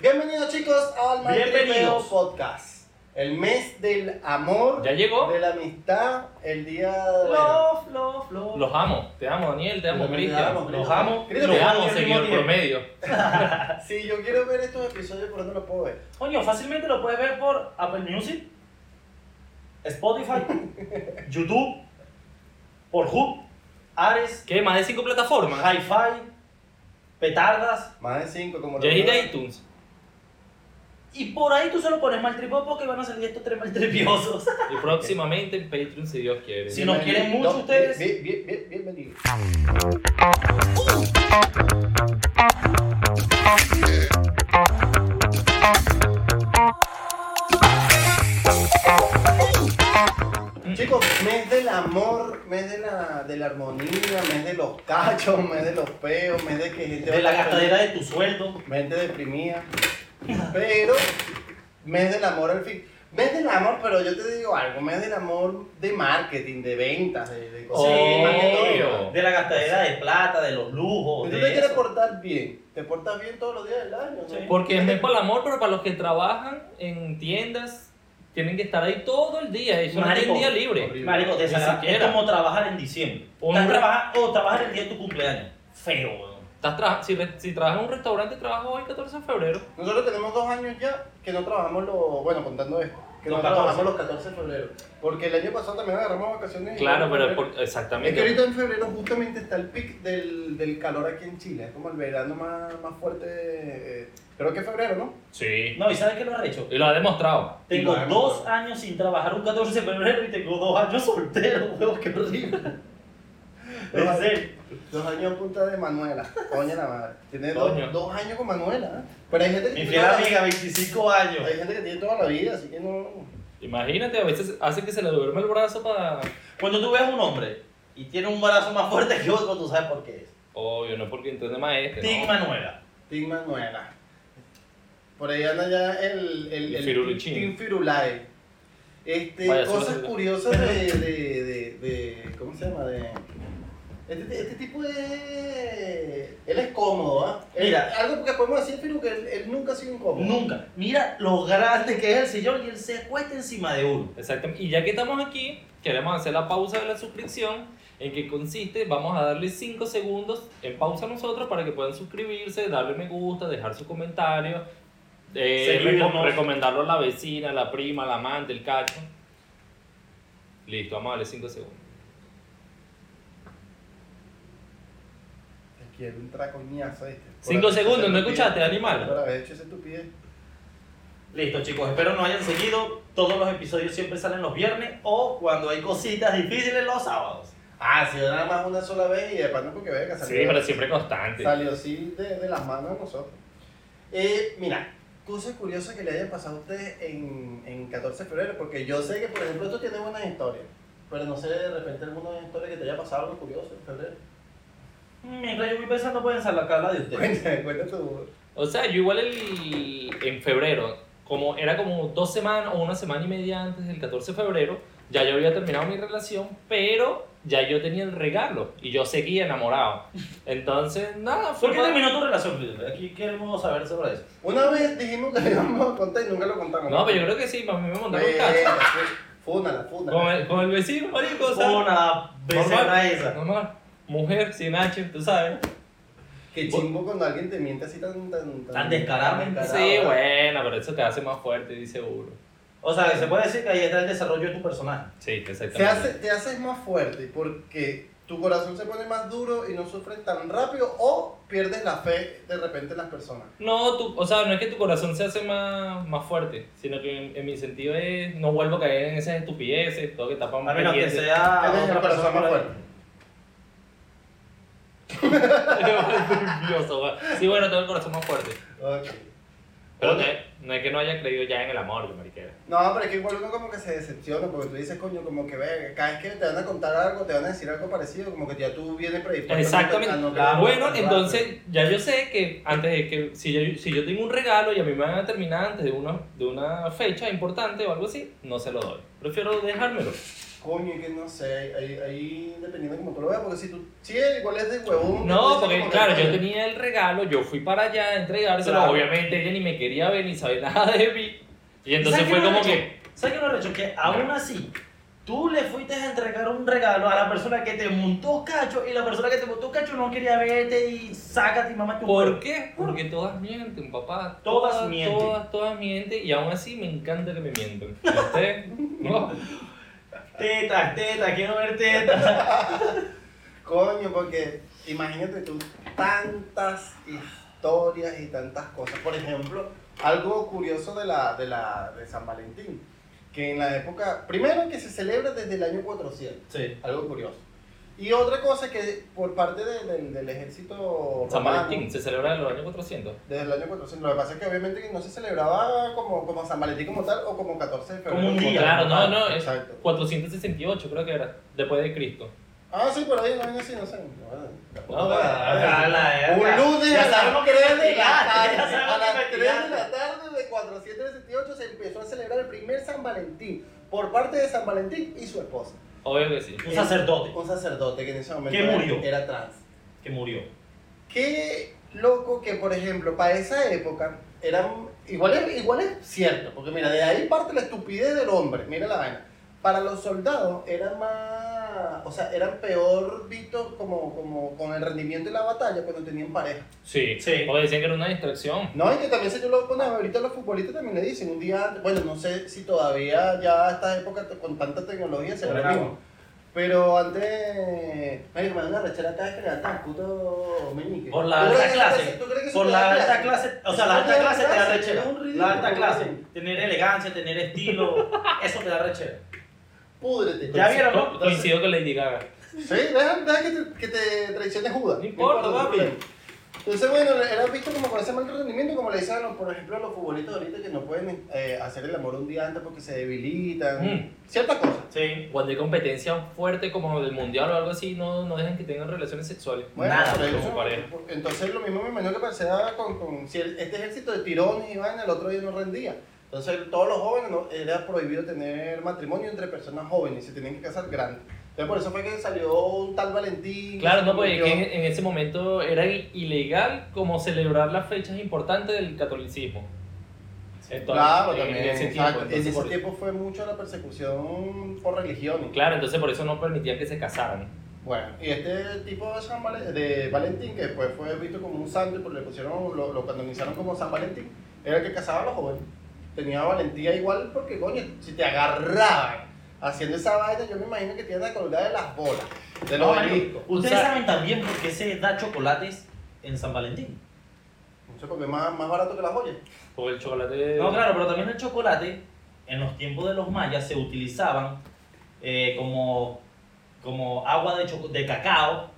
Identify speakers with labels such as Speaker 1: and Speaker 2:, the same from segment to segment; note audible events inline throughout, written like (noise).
Speaker 1: Bienvenidos chicos al Maltripeo
Speaker 2: Bienvenidos.
Speaker 1: Podcast. El mes del amor,
Speaker 2: Ya llegó.
Speaker 1: de la amistad, el día de...
Speaker 2: Love, love, love. Los amo. Te amo, Daniel. Te amo,
Speaker 1: Te
Speaker 2: Cristian.
Speaker 1: amo,
Speaker 2: Los
Speaker 1: Cristian.
Speaker 2: amo.
Speaker 1: Cristian,
Speaker 2: Los
Speaker 1: te
Speaker 2: amo,
Speaker 1: amo,
Speaker 2: señor
Speaker 1: Cristian.
Speaker 2: promedio.
Speaker 1: Si yo quiero ver estos episodios, ¿por dónde los puedo ver?
Speaker 3: Coño, fácilmente lo puedes ver por Apple Music,
Speaker 1: (laughs)
Speaker 3: Spotify, YouTube, por Hub, Ares,
Speaker 2: ¿Qué? ¿Más de cinco plataformas?
Speaker 3: Hi-Fi, Petardas.
Speaker 1: Más de cinco, como
Speaker 2: Ya
Speaker 1: los-
Speaker 2: dijiste iTunes.
Speaker 3: Y por ahí tú solo pones maltripeo porque van a salir estos tres maltripiosos.
Speaker 2: Y próximamente en Patreon, si Dios quiere.
Speaker 3: Si nos quieren mucho
Speaker 1: No,
Speaker 3: ustedes.
Speaker 1: bien- bien- bien- bienvenidos. Chicos, mes del amor, mes de la, de la armonía, mes de los cachos, mes de los peos, mes de que gente
Speaker 3: De la
Speaker 1: va a-
Speaker 3: gastadera de tu sueldo.
Speaker 1: mente deprimida. Pero, mes del amor al fin. Mes del amor, pero yo te digo algo, mes del amor de marketing, de ventas, de, de cosas.
Speaker 2: Sí,
Speaker 1: más que todo.
Speaker 2: obvio.
Speaker 3: De la gastadera de plata, de los
Speaker 1: Si
Speaker 3: lujos.
Speaker 1: tú
Speaker 3: de
Speaker 1: te quieres
Speaker 3: eso.
Speaker 1: portar bien, te portas bien todos los días del año. ¿no?
Speaker 3: Sí.
Speaker 2: Porque es mes para el amor, pero para los que trabajan en tiendas, tienen que estar ahí todo el día. Eso no
Speaker 3: Marico.
Speaker 2: tienen día libre.
Speaker 1: Horrible.
Speaker 3: Marico, te
Speaker 2: Ni
Speaker 3: saca- es
Speaker 2: siquiera.
Speaker 3: como trabajar en diciembre.
Speaker 2: Un
Speaker 3: Estás
Speaker 2: re-
Speaker 3: trabaja- o trabajar el día de tu cumpleaños. Feo, weón.
Speaker 2: Estás tra- si, re- si trabajas en un restaurante, trabajas hoy, 14 de febrero.
Speaker 1: Nosotros tenemos dos años ya que no trabajamos los, bueno, contando esto, que
Speaker 3: Los
Speaker 1: no
Speaker 3: 14.
Speaker 1: trabajamos los 14 de febrero. Porque el año pasado también agarramos vacaciones. y-
Speaker 2: Claro, pero por-
Speaker 1: Es que
Speaker 2: exactamente.
Speaker 1: ahorita en febrero justamente está el pic del, del calor aquí en Chile, es como el verano más, más fuerte, eh, creo que febrero, ¿no?
Speaker 2: Sí.
Speaker 3: No, ¿y sabes qué lo has hecho?
Speaker 2: Y lo ha demostrado.
Speaker 3: Tengo
Speaker 1: Claro.
Speaker 3: dos años sin trabajar un 14 de febrero y tengo dos años soltero, (laughs) huevón, qué horrible. En serio.
Speaker 1: Dos años a punta de Manuela, coño la madre. Tiene
Speaker 2: Coño.
Speaker 1: dos, dos años con Manuela. ¿eh? Pero hay gente, que
Speaker 3: Mi
Speaker 1: tiene
Speaker 3: fiel
Speaker 1: toda la-
Speaker 3: amiga, 25 años.
Speaker 1: hay gente que tiene toda la vida, así que no.
Speaker 2: Imagínate, a veces hace que se le duerme el brazo para.
Speaker 3: Cuando tú ves a un hombre y tiene un brazo más fuerte que otro, tú sabes por qué es.
Speaker 2: Obvio, no porque entiende más este.
Speaker 3: Tim
Speaker 2: ¿no?
Speaker 3: Manuela.
Speaker 1: Team Manuela. Por ahí anda ya el. El,
Speaker 2: El Firuluchín.
Speaker 1: Team Firulai. Este,
Speaker 2: Vaya,
Speaker 1: cosas
Speaker 2: solo-
Speaker 1: curiosas de,
Speaker 2: (laughs)
Speaker 1: de, de, de- ¿Cómo se llama? De. Este, este tipo de. Él es cómodo, ¿ah? Él-
Speaker 3: Mira.
Speaker 1: Algo que podemos decir, Firu, que él, él nunca ha sido incómodo.
Speaker 3: Nunca. Mira lo grande que es el señor y él se acuesta encima de uno.
Speaker 2: Exactamente. Y ya que estamos aquí, queremos hacer la pausa de la suscripción, en que consiste, vamos a darle 5 segundos en pausa a nosotros para que puedan suscribirse, darle me gusta, dejar su comentario, eh,
Speaker 3: Seguirnos.
Speaker 2: recom- recomendarlo a la vecina, a la prima, a la amante, el cacho. Listo, vamos a darle 5 segundos.
Speaker 1: Te quiero un tracoñazo este. Por
Speaker 2: Cinco
Speaker 1: haber hecho
Speaker 2: segundos,
Speaker 1: esa
Speaker 2: ¿no
Speaker 1: estupidez.
Speaker 2: escuchaste, animal?
Speaker 1: Por haber hecho esa estupidez.
Speaker 3: Listo, chicos, espero nos hayan seguido. Todos los episodios siempre salen los viernes o cuando hay cositas difíciles los sábados.
Speaker 1: Ah, si nada más una sola vez y de pano porque verga,
Speaker 2: Sí,
Speaker 1: salió.
Speaker 2: pero siempre constante.
Speaker 1: Salió así de, de las manos de nosotros. Eh, mira, cosas curiosas que le hayan pasado a ustedes en, en 14 de febrero, porque yo sé que, por ejemplo, tú tienes buenas historias, pero no sé de repente alguna historia que te haya pasado algo curioso en
Speaker 2: (laughs)
Speaker 1: febrero.
Speaker 3: Mientras yo voy pensando, pueden sacar la de ustedes.
Speaker 1: Cuenta, cuenta tu.
Speaker 2: O sea, yo igual el, en febrero, como era como dos semanas o una semana y media antes del 14 de febrero, ya yo había terminado mi relación, pero ya yo tenía el regalo y yo seguía enamorado. Entonces, nada, fue...
Speaker 3: ¿Por qué
Speaker 2: pa-
Speaker 3: terminó tu relación, Felipe? Aquí queremos saber sobre eso.
Speaker 1: Una vez dijimos que (laughs) le íbamos a contar y nunca lo contamos.
Speaker 2: No, pero yo creo que sí, a mí me montaron
Speaker 3: Eh.
Speaker 2: un cacho.
Speaker 1: Verga, fu- Fúnala, fúnala.
Speaker 2: Con el, con el vecino, marico, o sea,
Speaker 3: una becerra esa.
Speaker 2: normal. Mujer sin H, tú sabes.
Speaker 1: Qué chimbo cuando alguien te miente así tan. Tan,
Speaker 3: Tan descaradamente.
Speaker 1: tan
Speaker 2: Sí,
Speaker 1: descarado.
Speaker 2: bueno, pero eso te hace más fuerte, dice uno.
Speaker 3: O sea, que se puede decir que ahí está el desarrollo de tu personaje.
Speaker 2: Sí, exactamente.
Speaker 1: Te, hace- te haces más fuerte porque tu corazón se pone más duro y no sufres tan rápido o pierdes la fe de repente en las personas.
Speaker 2: No, tu- o sea, no es que tu corazón se hace más, más fuerte, sino que en, en mi sentido es no vuelvo a caer en esas estupideces, todo que está
Speaker 3: A
Speaker 2: para
Speaker 3: menos que
Speaker 2: (laughs)
Speaker 3: sea
Speaker 1: Tienes el
Speaker 3: otra
Speaker 1: corazón
Speaker 3: persona
Speaker 1: más
Speaker 3: por ahí.
Speaker 1: fuerte.
Speaker 2: nervioso, güey. Sí, bueno, tengo el corazón más fuerte.
Speaker 1: Ok.
Speaker 2: Pero no es, no es que no haya creído ya en el amor, mariquera.
Speaker 1: No, pero es que igual uno como que se decepciona porque tú dices, coño, como que ve, cada vez que te van a contar algo, te van a decir algo parecido, como que ya tú vienes predispuesto. a no-
Speaker 2: Exactamente.
Speaker 1: a no-
Speaker 2: bueno, entonces ya yo sé que antes de que si yo, si yo tengo un regalo y a mí me van a terminar antes de una, de una fecha importante o algo así, no se lo doy. Prefiero dejármelo.
Speaker 1: Coño, y que no sé, ahí, ahí dependiendo de cómo tú lo veas, porque si tú, si él igual es de huevón.
Speaker 2: No,
Speaker 1: entonces
Speaker 2: porque
Speaker 1: como que-
Speaker 2: claro, yo tenía el regalo, yo fui para allá a entregárselo,
Speaker 3: Claro.
Speaker 2: obviamente ella ni me quería ver, ni sabía (laughs) nada de mí. Y entonces
Speaker 3: ¿Sabes qué
Speaker 2: fue
Speaker 3: lo
Speaker 2: como
Speaker 3: arrecho?
Speaker 2: que,
Speaker 3: ¿Sabes qué lo recho? Que aún así, tú le fuiste a entregar un regalo a la persona que te montó cacho y la persona que te montó cacho no quería verte y sácate y mamá tu
Speaker 2: ¿por qué? Porque todas mienten, papá.
Speaker 3: Todas mienten.
Speaker 2: Todas, todas mienten, y aún así me encanta que me mientan.
Speaker 3: (laughs)
Speaker 2: ¿Usted? No.
Speaker 3: Tetas, tetas, quiero ver (laughs) tetas.
Speaker 1: Coño, porque imagínate tú tantas historias y tantas cosas. Por ejemplo, algo curioso de la de la de San Valentín, que en la época, primero que se celebra desde el año 400,
Speaker 3: Sí.
Speaker 1: algo curioso. Y otra cosa que por parte de- del- del ejército romano,
Speaker 2: San Valentín se celebra en los años 400.
Speaker 1: desde el año 400, lo que pasa es que obviamente no se celebraba como, como San Valentín como tal o como 14 de febrero.
Speaker 3: Como un día,
Speaker 1: tal.
Speaker 2: claro, no, no, es-
Speaker 1: Exacto.
Speaker 2: 468 creo que era, después de Cristo.
Speaker 1: Ah, sí, por ahí, no, no, sí, no sé. No, tampoco-
Speaker 2: No,
Speaker 3: A la-
Speaker 1: Un lunes
Speaker 3: Ya
Speaker 1: a las
Speaker 3: sabemos que
Speaker 1: 3 de la
Speaker 3: investigaste,
Speaker 1: tarde.
Speaker 3: ya sabemos
Speaker 1: A las
Speaker 3: que
Speaker 1: 3 de la
Speaker 3: investigaste.
Speaker 1: tarde de 468 se empezó a celebrar el primer San Valentín por parte de San Valentín y su esposa.
Speaker 2: Obvio que sí.
Speaker 3: Un sacerdote
Speaker 1: Un sacerdote que en ese momento
Speaker 3: Que murió.
Speaker 1: era trans.
Speaker 3: que murió.
Speaker 1: Qué loco que, por ejemplo, para esa época eran. Igual es, igual es cierto, porque mira, de ahí parte la estupidez del hombre. Mira la vaina. Para los soldados era más. O sea, eran peor vistos como, como con el rendimiento de la batalla cuando tenían pareja.
Speaker 2: Sí.
Speaker 3: Sí.
Speaker 2: Porque decían que era una distracción.
Speaker 1: No, y que también si tú lo pones ahorita los futbolistas también le dicen un día antes, bueno, no sé si todavía ya a esta época t- con tanta tecnología se lo
Speaker 3: Ahora
Speaker 1: mismo. Pero antes, marico, me da una rechera cada vez que le dan tan puto meñique.
Speaker 3: Por la
Speaker 1: ¿Tú crees
Speaker 3: alta
Speaker 1: que eso te
Speaker 3: clase,
Speaker 1: hace- tú crees que eso
Speaker 3: Por
Speaker 1: te
Speaker 3: la
Speaker 1: da
Speaker 3: alta clase, o sea, la
Speaker 1: Eso te
Speaker 3: alta
Speaker 1: da
Speaker 3: clase te da
Speaker 1: clase,
Speaker 3: rechera.
Speaker 1: es un ridículo,
Speaker 3: La alta clase,
Speaker 1: güey.
Speaker 3: tener elegancia,
Speaker 1: (laughs)
Speaker 3: tener estilo, eso te da rechera.
Speaker 1: Púdrete.
Speaker 3: Ya vieron, ¿no?
Speaker 2: Co- Coincido con Lady Gaga.
Speaker 1: Sí, deja, deja que, te, que te traicione Judas.
Speaker 2: No importa, papi.
Speaker 1: Entonces, bueno, era visto como con ese mal rendimiento, como le dicen, a los- por ejemplo, a los futbolistas ahorita que no pueden eh, hacer el amor un día antes porque se debilitan,
Speaker 2: Mm.
Speaker 1: ciertas cosas.
Speaker 3: Sí.
Speaker 2: Cuando hay competencia fuerte como del mundial o algo así, no, no dejan que tengan relaciones sexuales.
Speaker 1: Bueno,
Speaker 3: Nada,
Speaker 1: por
Speaker 2: como
Speaker 1: eso,
Speaker 2: pareja.
Speaker 1: por- entonces lo mismo me imagino que pasaba con, con si el- este ejército de tirones y vaina, el otro día no rendía. Entonces todos los jóvenes no- era prohibido tener matrimonio entre personas jóvenes, se tenían que casar grandes. Entonces por eso fue que salió un tal Valentín.
Speaker 2: Claro,
Speaker 1: se
Speaker 2: no, porque
Speaker 1: convirtió-
Speaker 2: en, en ese momento era i- ilegal como celebrar las fechas importantes del catolicismo. Entonces,
Speaker 1: Claro,
Speaker 2: en
Speaker 1: también.
Speaker 2: ese tiempo,
Speaker 1: exacto. en
Speaker 2: entonces,
Speaker 1: ese
Speaker 2: por-
Speaker 1: tiempo fue mucho la persecución por religiones.
Speaker 2: Claro, entonces por eso no permitían que se casaran.
Speaker 1: Bueno, y este tipo de, San Valen- de Valentín, que después fue visto como un santo y pues le pusieron, lo, lo canonizaron como San Valentín, era el que cazaba a los jóvenes. Tenía valentía igual porque, coño, si te agarraban haciendo esa vaina, yo me imagino que tienen la colgada de las bolas, de los
Speaker 3: No, Mario,
Speaker 1: obeliscos.
Speaker 3: Ustedes
Speaker 2: O sea-
Speaker 3: saben también por qué se da chocolates en San Valentín.
Speaker 1: Mucho porque es más, más barato que las joyas.
Speaker 2: Porque el chocolate.
Speaker 3: No, claro, pero también el chocolate en los tiempos de los mayas se utilizaban eh, como, como agua de, choco- de cacao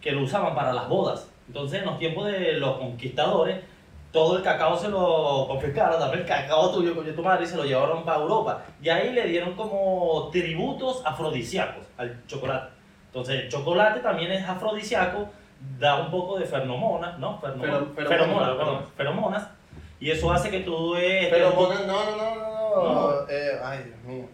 Speaker 3: que lo usaban para las bodas. Entonces, en los tiempos de los conquistadores, todo el cacao se lo confiscaron, dame el cacao tuyo, coño tu madre, y se lo llevaron para Europa. Y ahí le dieron como tributos afrodisíacos al chocolate. Entonces, el chocolate también es afrodisíaco, da un poco de feromonas, ¿no? Fernomona-
Speaker 1: Fero- feromonas,
Speaker 3: feromonas,
Speaker 1: feromonas.
Speaker 3: perdón, feromonas. Y eso hace que tú... eh,
Speaker 1: Pero
Speaker 3: te-
Speaker 1: hormonas, no, no, no, no, no. eh, ay, Dios mío.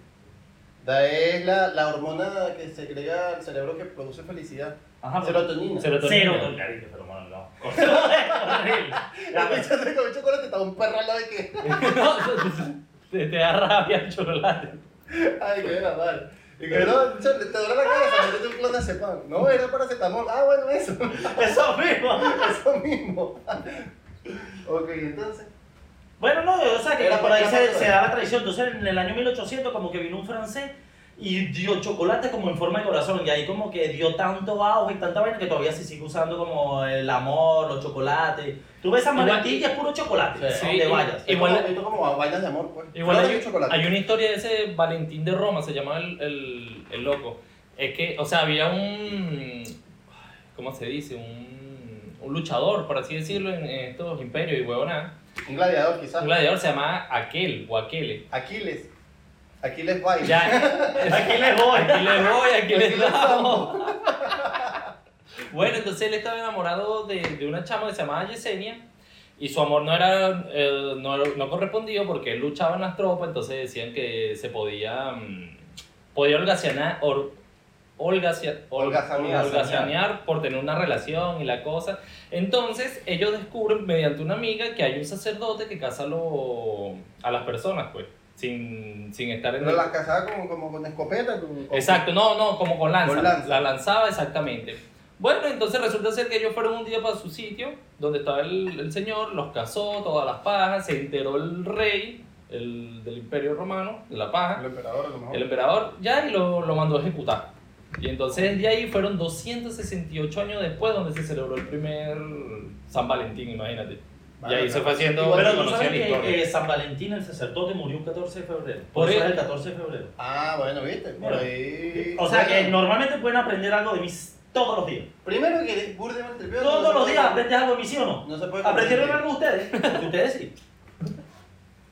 Speaker 1: Da es la, la hormona que segrega al cerebro que produce felicidad.
Speaker 3: Ajá,
Speaker 1: Serotonina.
Speaker 2: Serotonina.
Speaker 3: Cero cariño, pero bueno, no.
Speaker 1: (laughs)
Speaker 3: Horrible.
Speaker 1: La
Speaker 3: Ya,
Speaker 1: bicha se come chocolate, está un perro al lado de que.
Speaker 2: (laughs) No, te, te da rabia el chocolate.
Speaker 1: Ay, qué era, vale. Y que no, chale, te duele la cabeza, métete un clonazepam. No, era paracetamol. Ah, bueno, eso, (laughs)
Speaker 3: Eso mismo.
Speaker 1: eso mismo. ok, entonces.
Speaker 3: Bueno, no, o sea, que
Speaker 1: Era
Speaker 3: por ahí
Speaker 1: para
Speaker 3: se,
Speaker 1: acá,
Speaker 3: se
Speaker 1: ¿no?
Speaker 3: da la traición. Entonces, en el año 1800, como que vino un francés y dio chocolate como en forma de corazón. Y ahí, como que dio tanto auge y tanta vaina que todavía se sigue usando como el amor, los chocolates. Tú ves San
Speaker 2: Igual-
Speaker 3: Valentín y es puro chocolate,
Speaker 1: Sí.
Speaker 3: donde vayas.
Speaker 1: Es
Speaker 2: Igual-
Speaker 1: como, esto como vainas de amor, pues.
Speaker 2: Igual
Speaker 1: Flores
Speaker 2: hay,
Speaker 1: y chocolate.
Speaker 2: hay una historia de ese Valentín de Roma, se llama el, el- el loco. Es que, o sea, había un. ¿Cómo se dice? Un, un luchador, por así decirlo, en, en estos imperios y huevonada.
Speaker 1: Un gladiador,
Speaker 2: Un
Speaker 1: quizás.
Speaker 2: gladiador se llamaba Aquel o Aquele.
Speaker 1: Aquiles. Aquiles baila.
Speaker 2: Ya,
Speaker 3: Aquí les voy.
Speaker 2: aquí le voy,
Speaker 1: Aquí
Speaker 2: aquí le
Speaker 1: le
Speaker 2: damos. Bueno, entonces él estaba enamorado de, de una chama que se llamaba Yesenia y su amor no era eh, no, no correspondido porque él luchaba en las tropas, entonces decían que se podía mm, podía holgazanear, or- holgaza- hol-
Speaker 1: Holgazanear.
Speaker 2: holgazanear por tener una relación y la cosa. Entonces ellos descubren mediante una amiga que hay un sacerdote que casa a lo- a las personas, pues, sin, sin estar en...
Speaker 1: Pero las casaba como, como con escopeta. con- con-
Speaker 2: Exacto, no, no, como con lanza.
Speaker 1: Con lanza.
Speaker 2: La lanzaba exactamente. Bueno, entonces resulta ser que ellos fueron un día para su sitio, donde estaba el, el señor, los cazó, todas las pajas, se enteró el rey el, del imperio romano, de la paja,
Speaker 1: El emperador, a lo mejor.
Speaker 2: el emperador ya y lo, lo mandó a ejecutar. Y entonces de ahí fueron 268 años después donde se celebró el primer San Valentín, imagínate.
Speaker 1: Vale,
Speaker 2: y ahí se
Speaker 1: claro.
Speaker 2: fue haciendo...
Speaker 1: Igual,
Speaker 3: Pero tú
Speaker 2: conocía
Speaker 3: sabes
Speaker 2: la
Speaker 3: que,
Speaker 2: historia.
Speaker 3: que San Valentín, el sacerdote, murió un 14 de febrero.
Speaker 2: Por
Speaker 3: Por eso
Speaker 2: él.
Speaker 3: es el 14 de febrero.
Speaker 1: Ah, bueno, viste, por
Speaker 3: Mira.
Speaker 1: ahí.
Speaker 3: O sea que normalmente pueden aprender algo de mí todos los días.
Speaker 1: Primero que de- Burde mal tripeó, no
Speaker 3: Todos
Speaker 1: se
Speaker 3: los días
Speaker 1: puede-
Speaker 3: aprendes algo de mí, ¿sí o no?
Speaker 1: No se puede.
Speaker 3: ¿Aprendieron
Speaker 1: confundir.
Speaker 3: algo ustedes? Ustedes sí.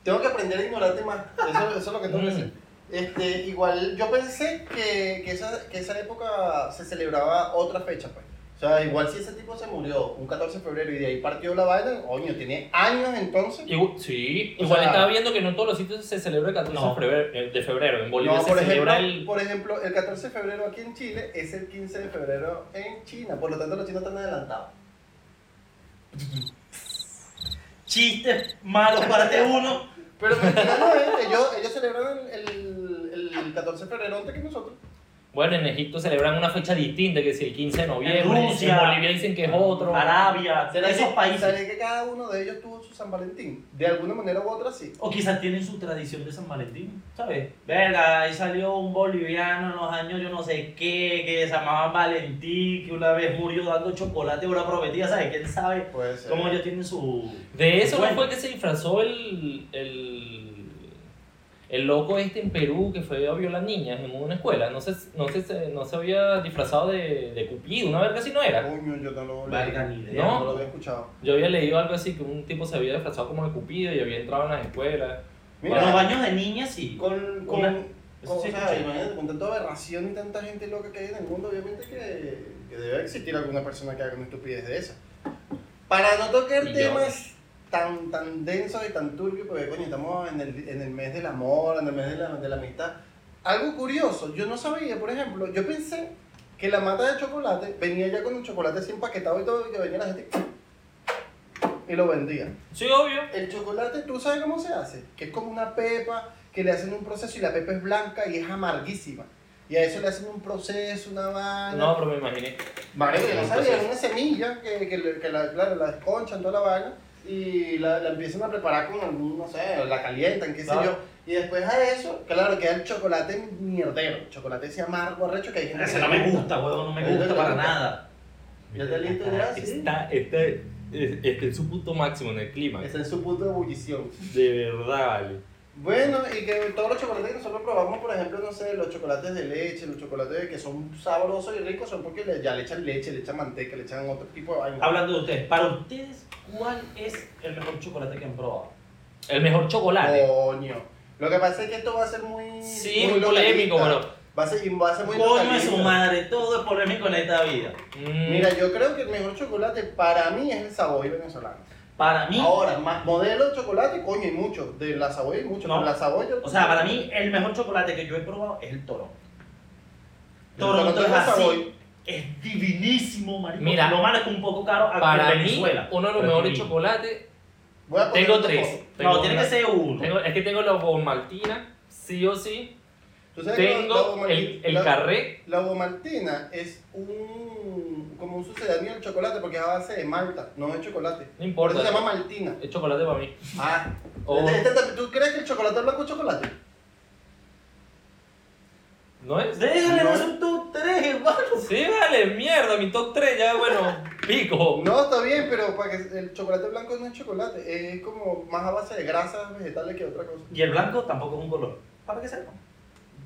Speaker 1: Tengo que aprender a ignorarte más. Eso, eso es lo que tengo que
Speaker 2: Mm.
Speaker 1: hacer. Este, igual, yo pensé que, que, esa, que esa época se celebraba otra fecha, pues. O sea, igual si ese tipo se murió un 14 de febrero y de ahí partió la vaina, coño, tiene años entonces.
Speaker 2: Igu- sí,
Speaker 1: O
Speaker 2: igual
Speaker 1: sea-
Speaker 2: estaba viendo que no en todos los sitios se celebra el 14
Speaker 3: No.
Speaker 2: de febrero- eh, de febrero. En Bolivia
Speaker 1: No,
Speaker 2: se
Speaker 1: por ejemplo,
Speaker 2: celebra
Speaker 1: por ejemplo, el 14 de febrero aquí en Chile es el 15 de febrero en China, por lo tanto los chinos están adelantados.
Speaker 3: Chistes malos, parte uno.
Speaker 1: Pero mentira, ellos, ellos celebran el, el, el 14 de febrero antes que nosotros.
Speaker 2: el. Bueno, en Egipto celebran una fecha distinta, que si el 15 de noviembre.
Speaker 3: Rusia.
Speaker 2: en Bolivia dicen que es otro.
Speaker 3: Arabia,
Speaker 1: ¿Será
Speaker 3: esos
Speaker 1: que-
Speaker 3: países.
Speaker 1: ¿Será que cada uno de ellos tuvo su San Valentín? De alguna manera u otra sí.
Speaker 3: O quizás tienen su tradición de San Valentín, ¿sabes? Verga, ahí salió un boliviano en los años yo no sé qué, que se llamaba Valentín, que una vez murió dando chocolate a una prometida, ¿sabes? ¿Quién sabe
Speaker 1: Puede ser.
Speaker 3: cómo ellos tienen su...
Speaker 2: De eso
Speaker 3: Bueno.
Speaker 2: no fue que se disfrazó el, el. el loco este en Perú que fue a violar niñas en una escuela. No se, no se, no se había disfrazado de, de Cupido, una verga así no era.
Speaker 1: Coño, yo no lo,
Speaker 3: Verga, ni idea.
Speaker 1: no
Speaker 2: No.
Speaker 1: lo había escuchado.
Speaker 2: Yo había leído algo así que un tipo se había disfrazado como de Cupido y había entrado en las escuelas.
Speaker 1: Mira,
Speaker 3: Los baños de niñas sí.
Speaker 1: con, con,
Speaker 3: Una-
Speaker 1: con-
Speaker 3: Sí,
Speaker 1: o sea,
Speaker 3: escuché.
Speaker 1: imagínate, con tanta aberración y tanta gente loca que hay en el mundo, obviamente que, que debe existir alguna persona que haga una estupidez de esa. Para no tocar
Speaker 2: Y yo.
Speaker 1: temas tan, tan densos y tan turbios, porque coño, estamos en el, en el mes del amor, en el mes de la, de la amistad. Algo curioso, yo no sabía, por ejemplo, yo pensé que la mata de chocolate venía ya con un chocolate así empaquetado y todo, y que venía la gente y lo vendía.
Speaker 2: Sí, obvio.
Speaker 1: El chocolate, ¿tú sabes cómo se hace? Que es como una pepa que le hacen un proceso y la pepa es blanca y es amarguísima. Y a eso le hacen un proceso, una vaina.
Speaker 2: No, pero me imaginé.
Speaker 1: Marico, yo no
Speaker 2: Un
Speaker 1: sabía,
Speaker 2: proceso.
Speaker 1: era una semilla que, que, le- que la, claro, la desconchan toda la vaina y la, la empiezan a preparar con algún, no sé, la calientan, qué
Speaker 3: Claro.
Speaker 1: sé yo. Y después a eso, claro, queda el chocolate mierdero, chocolate ese amargo, arrecho que hay gente
Speaker 3: Ese
Speaker 1: que
Speaker 3: no
Speaker 1: le
Speaker 3: me gusta, huevón, no me
Speaker 1: Ahorita
Speaker 3: gusta
Speaker 1: te
Speaker 3: para
Speaker 1: gusta.
Speaker 3: nada.
Speaker 1: Ya está listo,
Speaker 3: (laughs)
Speaker 1: ya, sí.
Speaker 2: Está, está, es- está en su punto máximo en el clima.
Speaker 1: Está en su punto de ebullición.
Speaker 2: De verdad, vale.
Speaker 1: Bueno, y que todos los chocolates que nosotros probamos, por ejemplo, no sé, los chocolates de leche, los chocolates que son sabrosos y ricos, son porque le- ya le echan leche, le echan manteca, le echan otro tipo de vaina.
Speaker 3: Hablando de ustedes, para ustedes, ¿cuál es el mejor chocolate que han probado?
Speaker 2: El mejor chocolate.
Speaker 1: Coño. Lo que pasa es que esto va a ser muy.
Speaker 2: sí, muy polémico,
Speaker 1: localista.
Speaker 2: bueno.
Speaker 1: Va a ser, y va a ser muy.
Speaker 3: Coño de
Speaker 1: localista.
Speaker 3: su madre, todo es polémico en esta vida.
Speaker 2: Mm,
Speaker 1: Mira, yo creo que el mejor chocolate para mí es el Savoy venezolano.
Speaker 3: Para mí,
Speaker 1: Ahora, más modelo de chocolate, coño, hay muchos. De la Savoy hay muchos.
Speaker 3: No.
Speaker 1: pero La Savoy yo-
Speaker 3: o sea, para mí, el mejor chocolate que yo he probado es el Toronto.
Speaker 1: El
Speaker 3: Toronto
Speaker 1: chocolate
Speaker 3: es
Speaker 1: de la
Speaker 3: así.
Speaker 1: Savoy.
Speaker 3: Es divinísimo, marico.
Speaker 2: Mira,
Speaker 3: lo malo es que un poco caro aquí
Speaker 2: para
Speaker 3: en
Speaker 2: mí,
Speaker 3: Venezuela.
Speaker 2: uno de los
Speaker 3: Pero
Speaker 2: mejores
Speaker 3: divino.
Speaker 2: chocolates.
Speaker 1: Voy a poner
Speaker 2: Tengo
Speaker 1: otra
Speaker 2: tres.
Speaker 1: cosa.
Speaker 2: Tengo
Speaker 3: No, tiene
Speaker 2: una-
Speaker 3: que ser uno.
Speaker 2: tengo- es que tengo la Maltina, sí o sí.
Speaker 1: ¿Tú sabes que la-
Speaker 2: Tengo
Speaker 1: la-
Speaker 2: el, el
Speaker 1: la-
Speaker 2: carré.
Speaker 1: La Maltina es un como un sucedáneo del chocolate porque es a base de malta, no es chocolate.
Speaker 2: No
Speaker 1: Por eso se
Speaker 2: importa.
Speaker 1: llama maltina.
Speaker 2: Es chocolate para mí.
Speaker 1: Ah.
Speaker 2: O-
Speaker 1: Este- este- ¿Tú crees que el chocolate blanco es chocolate?
Speaker 2: ¿No es?
Speaker 3: Déjale,
Speaker 1: No.
Speaker 3: no son tus tres, hermano.
Speaker 2: Sí, vale, mierda. Mi top 3 ya, bueno, pico.
Speaker 1: No, está bien, pero para que el chocolate blanco no es chocolate, es como más a base de grasas vegetales que otra cosa.
Speaker 3: Y el blanco tampoco es un color. Para que sepan.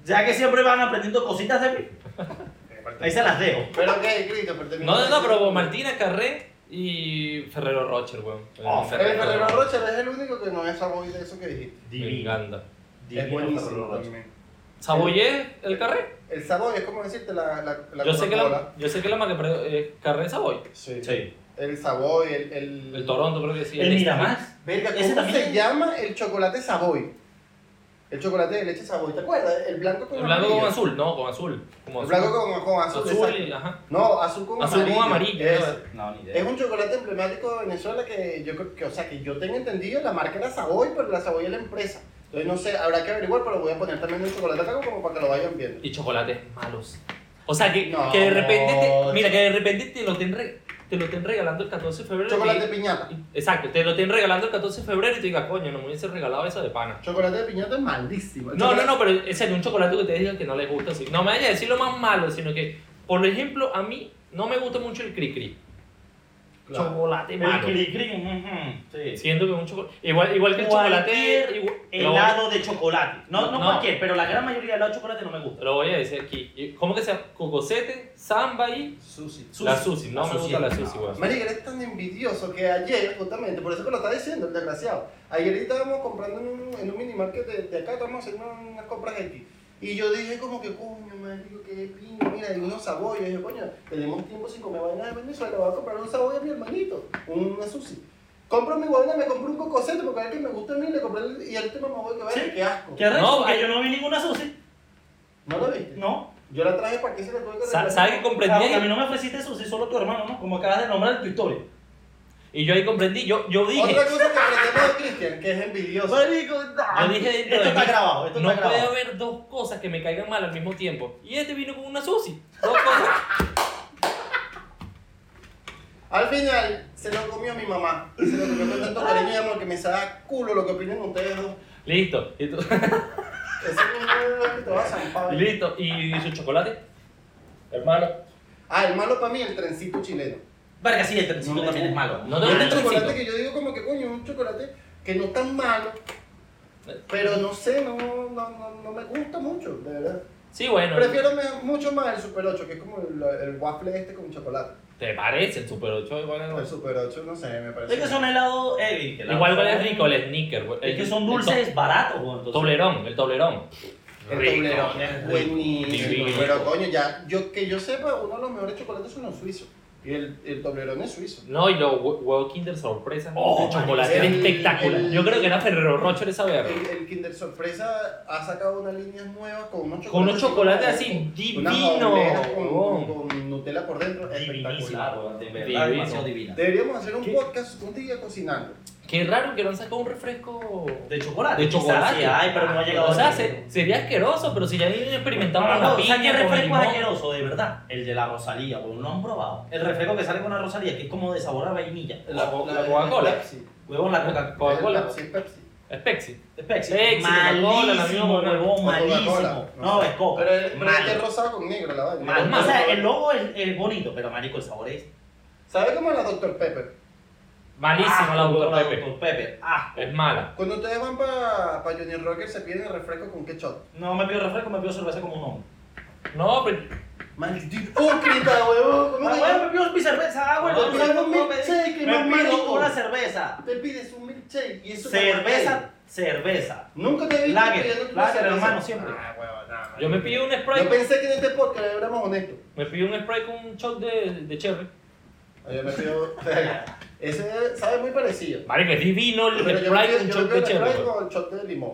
Speaker 3: Ya que siempre van aprendiendo cositas de mí, ahí se las dejo.
Speaker 1: Pero qué, Cristo, pero termina
Speaker 2: No, no,
Speaker 1: de
Speaker 2: no,
Speaker 1: decir-
Speaker 2: pero Martina, Carré y Ferrero Rocher, weón.
Speaker 3: Oh,
Speaker 1: El Ferrero Rocher es el único que no es Savoy de eso que dijiste.
Speaker 2: Me encanta.
Speaker 1: Es buenísimo también.
Speaker 2: ¿Saboyé el Carré?
Speaker 1: El Savoy es como decirte la, la, la
Speaker 2: Yo sé, que
Speaker 1: Coca-Cola.
Speaker 2: la, yo sé que la marca, pero eh, Carré Savoy.
Speaker 1: Sí.
Speaker 3: Sí.
Speaker 1: El Savoy, el... El,
Speaker 2: Mm. El este. Toronto creo que sí.
Speaker 3: El
Speaker 2: Extra.
Speaker 3: Miramar.
Speaker 1: Verga,
Speaker 3: Ese
Speaker 1: ¿cómo
Speaker 3: también
Speaker 1: se
Speaker 3: es-
Speaker 1: llama el chocolate Savoy? El chocolate de leche sabor, ¿te acuerdas? El blanco con
Speaker 2: El blanco
Speaker 1: amarillo.
Speaker 2: con azul, no, con azul. Como
Speaker 1: El
Speaker 2: azul.
Speaker 1: blanco con, con azul.
Speaker 2: azul
Speaker 1: exacto.
Speaker 2: y, ajá.
Speaker 1: No, azul con
Speaker 2: Azul
Speaker 1: amarillo.
Speaker 2: con amarillo.
Speaker 1: Ese.
Speaker 2: ¿no?
Speaker 3: No, ni idea.
Speaker 1: Es un chocolate emblemático de Venezuela que yo creo que, o sea, que yo tengo entendido, la marca era Savoy, pero la Savoy es la empresa. Entonces no sé, habrá que averiguar, pero voy a poner también un chocolate acá como para que lo vayan viendo.
Speaker 2: Y chocolates malos. O sea, que,
Speaker 1: No,
Speaker 2: que de repente te,
Speaker 1: chico.
Speaker 2: mira, que de repente te lo estén re- te lo estén regalando el 14 de febrero.
Speaker 1: Chocolate de
Speaker 2: y-
Speaker 1: piñata.
Speaker 2: Exacto, te lo estén regalando el 14 de febrero y te digas, coño, no me hubiese regalado eso de pana.
Speaker 1: Chocolate de piñata es malísimo. El
Speaker 2: No, no,
Speaker 1: chocolate-
Speaker 2: no, pero es serio, un chocolate que te digan que no les gusta. así. No me vaya a decir lo más malo, sino que, por ejemplo, a mí no me gusta mucho el cri-cri.
Speaker 1: Claro.
Speaker 2: Chocolate
Speaker 3: El
Speaker 2: malo.
Speaker 3: cri-cri, ujú, sí.
Speaker 2: Siento que es un chocolate. Igual, igual que el
Speaker 3: Cualquier
Speaker 2: chocolate. igual- lo voy-
Speaker 3: Helado de chocolate. No, no,
Speaker 2: No.
Speaker 3: cualquier, pero la gran mayoría de helado de chocolate no me gusta.
Speaker 2: Lo voy a decir aquí. Y- ¿Cómo que se llama? Cocosete, samba y.
Speaker 1: Sushi.
Speaker 2: La sushi. No
Speaker 3: La
Speaker 2: me
Speaker 3: sushi.
Speaker 2: gusta la sushi, weón.
Speaker 1: Marica, eres tan envidioso que ayer, justamente, por eso que lo está diciendo el desgraciado. Ayer estábamos comprando en un, en un minimarket de, de acá, estábamos haciendo unas compras X. Y yo dije como que, coño, marico, qué pingo, mira, hay unos saboyos. Y yo, coño, tenemos tiempo sin comer vainas de Venezuela, voy a comprar un saboy a mi hermanito, una sushi. Compro mi vaina, me compro un cocosete, porque es el que me gusta a mí, le compré el, y el tema me voy que vaya,
Speaker 3: Sí.
Speaker 1: qué asco.
Speaker 3: Qué rico,
Speaker 2: No,
Speaker 3: porque
Speaker 2: hay-
Speaker 3: yo no vi ninguna sushi.
Speaker 1: ¿No lo viste?
Speaker 3: No.
Speaker 1: Yo la traje para que se la tuve que
Speaker 2: Sa-
Speaker 1: regalar.
Speaker 2: ¿Sabes que
Speaker 3: Ah, porque a mí
Speaker 2: comprendí?
Speaker 3: no me ofreciste sushi, solo tu hermano, ¿no? Como acabas de nombrar en tu historia.
Speaker 2: Y yo ahí comprendí. Yo, yo dije.
Speaker 1: Otra cosa que aprendemos de Cristian, que es envidioso.
Speaker 3: Marico,
Speaker 2: Yo dije dentro
Speaker 3: esto
Speaker 2: de
Speaker 3: está
Speaker 2: mí,
Speaker 3: grabado, esto
Speaker 2: no
Speaker 3: está
Speaker 2: puede
Speaker 3: grabado.
Speaker 2: haber dos cosas que me caigan mal al mismo tiempo. Y este vino con una sushi. Dos cosas. (laughs)
Speaker 1: Al final se lo comió mi mamá. Se lo comió con tanto cariño y amor que me saca culo lo que opinan ustedes dos.
Speaker 2: Listo. Y tú-
Speaker 1: Ese
Speaker 2: (laughs)
Speaker 1: es lo que te va a zampar.
Speaker 2: y listo. Y, su chocolate. Hermano.
Speaker 1: Ah, el malo para mí el trencito chileno.
Speaker 3: Verga, sí, el trencito
Speaker 1: No me
Speaker 3: también es
Speaker 1: gusta.
Speaker 3: malo.
Speaker 2: No te
Speaker 1: Es
Speaker 2: gusta
Speaker 1: un
Speaker 2: el
Speaker 1: chocolate que
Speaker 2: trencito.
Speaker 1: yo digo como que coño, es un chocolate que no es tan malo, pero no sé, no, no, no, no me gusta mucho, de verdad.
Speaker 2: Sí, bueno.
Speaker 1: Prefiero me- mucho más el Super 8, que es como el, el waffle este con chocolate.
Speaker 2: ¿Te parece el Super 8? Igual es
Speaker 1: El Super 8, no sé, me parece.
Speaker 3: Es que son helados, eh, que la-
Speaker 2: Igual vale rico el sneaker. güey.
Speaker 3: Es que
Speaker 2: El-
Speaker 3: son
Speaker 2: el
Speaker 3: dulces baratos, güey.
Speaker 2: to-
Speaker 3: entonces-
Speaker 2: Toblerón, el toblerón.
Speaker 1: El
Speaker 2: Rico,
Speaker 1: Toblerone es buenísimo.
Speaker 2: divino.
Speaker 1: Pero coño, ya, yo que yo sepa, uno de los mejores chocolates son los suizos. Y el, el Toblerone es suizo.
Speaker 2: No, y los hue- huevos Kinder sorpresa.
Speaker 3: Oh,
Speaker 2: el chocolate era
Speaker 1: marica.
Speaker 2: espectacular.
Speaker 1: El-
Speaker 2: Yo creo que era Ferrero Rocher esa verga.
Speaker 1: El, el Kinder Sorpresa ha sacado unas líneas nuevas con unos chocolates.
Speaker 2: Con unos chocolates
Speaker 1: como-
Speaker 2: así Oh.
Speaker 1: unas obleas con,
Speaker 2: divinos.
Speaker 1: con- con Nutella por dentro.
Speaker 3: Divinísima,
Speaker 1: Espectacular.
Speaker 3: güey, de
Speaker 2: Divino.
Speaker 3: verdad, demasiado divina.
Speaker 1: Deberíamos hacer un
Speaker 2: ¿Qué?
Speaker 1: podcast un día cocinando.
Speaker 2: Qué raro que no han sacado un refresco
Speaker 3: De chocolate.
Speaker 2: de
Speaker 3: Ah, quizás,
Speaker 2: chocolate.
Speaker 3: sí, ay, pero no ha llegado
Speaker 2: O sea,
Speaker 3: a ese
Speaker 2: se-
Speaker 3: nivel.
Speaker 2: sería asqueroso, pero si ya vienen experimentando
Speaker 3: No,
Speaker 2: con la
Speaker 3: no, ¿sabes qué
Speaker 2: piña, con el
Speaker 3: refresco es
Speaker 2: limón.
Speaker 3: asqueroso, de verdad? El de la Rosalía, porque no han probado. El refresco que sale con la Rosalía, que es como de sabor a vainilla.
Speaker 2: La co- la Coca-Cola.
Speaker 1: Pepsi.
Speaker 3: Huevón, la coca
Speaker 2: Coca-Cola.
Speaker 1: Sí, Pepsi.
Speaker 2: Es Pepsi.
Speaker 3: Es Pepsi.
Speaker 2: Pepsi, Coca-Cola, la misma
Speaker 3: malísimo,
Speaker 2: Coca-Cola.
Speaker 1: O
Speaker 3: huevón, Oh, malísimo.
Speaker 1: Coca-Cola, no
Speaker 3: No,
Speaker 1: sé.
Speaker 3: es coca.
Speaker 1: Pero el- pero este es
Speaker 3: Malo.
Speaker 1: rosado con negro, la vaina.
Speaker 3: Mal,
Speaker 2: Malo.
Speaker 3: o sea, el logo es, es bonito, pero marico, el sabor es
Speaker 1: ¿Sabe cómo la Dr. Pepper?
Speaker 2: Malísima la
Speaker 3: Dr.
Speaker 2: Dr. Pepe.
Speaker 3: Dr. Pepper. Ah,
Speaker 2: Es mala.
Speaker 1: Cuando ustedes van para pa Johnny Rocker, se piden el refresco con qué shot.
Speaker 3: no me pido refresco, me pido cerveza como un hombre.
Speaker 2: No, pero
Speaker 1: Maldito hipócrita, huevón. ¿Cómo
Speaker 3: Ah,
Speaker 1: que-
Speaker 3: bueno, me pido mi cerveza, ah, bueno,
Speaker 1: Ah,
Speaker 3: me
Speaker 1: pero
Speaker 3: pido
Speaker 1: un
Speaker 3: me-
Speaker 1: milkshake,
Speaker 3: me
Speaker 1: mamá,
Speaker 3: pido
Speaker 1: rico.
Speaker 3: una cerveza.
Speaker 1: Te pides un milkshake y eso te
Speaker 3: Cerveza, cerveza.
Speaker 1: aguanta. Nunca te vi
Speaker 3: Lager,
Speaker 1: pidiendo tu
Speaker 3: lager,
Speaker 1: cerveza.
Speaker 3: hermano, siempre.
Speaker 1: Ah, huevón, nada,
Speaker 2: yo me pido un
Speaker 1: Yo
Speaker 2: Sprite.
Speaker 1: pensé que en este podcast éramos honestos.
Speaker 2: Me pido un Sprite con un shot de, de cherry.
Speaker 1: Yo me pido. (laughs) Ese sabe muy parecido.
Speaker 2: Marico, es divino el
Speaker 1: Pero yo me
Speaker 2: Sprite
Speaker 1: pido,
Speaker 2: con
Speaker 1: yo me pido
Speaker 2: un shot de
Speaker 1: el
Speaker 2: cherry.
Speaker 1: Sprite con shot de limón.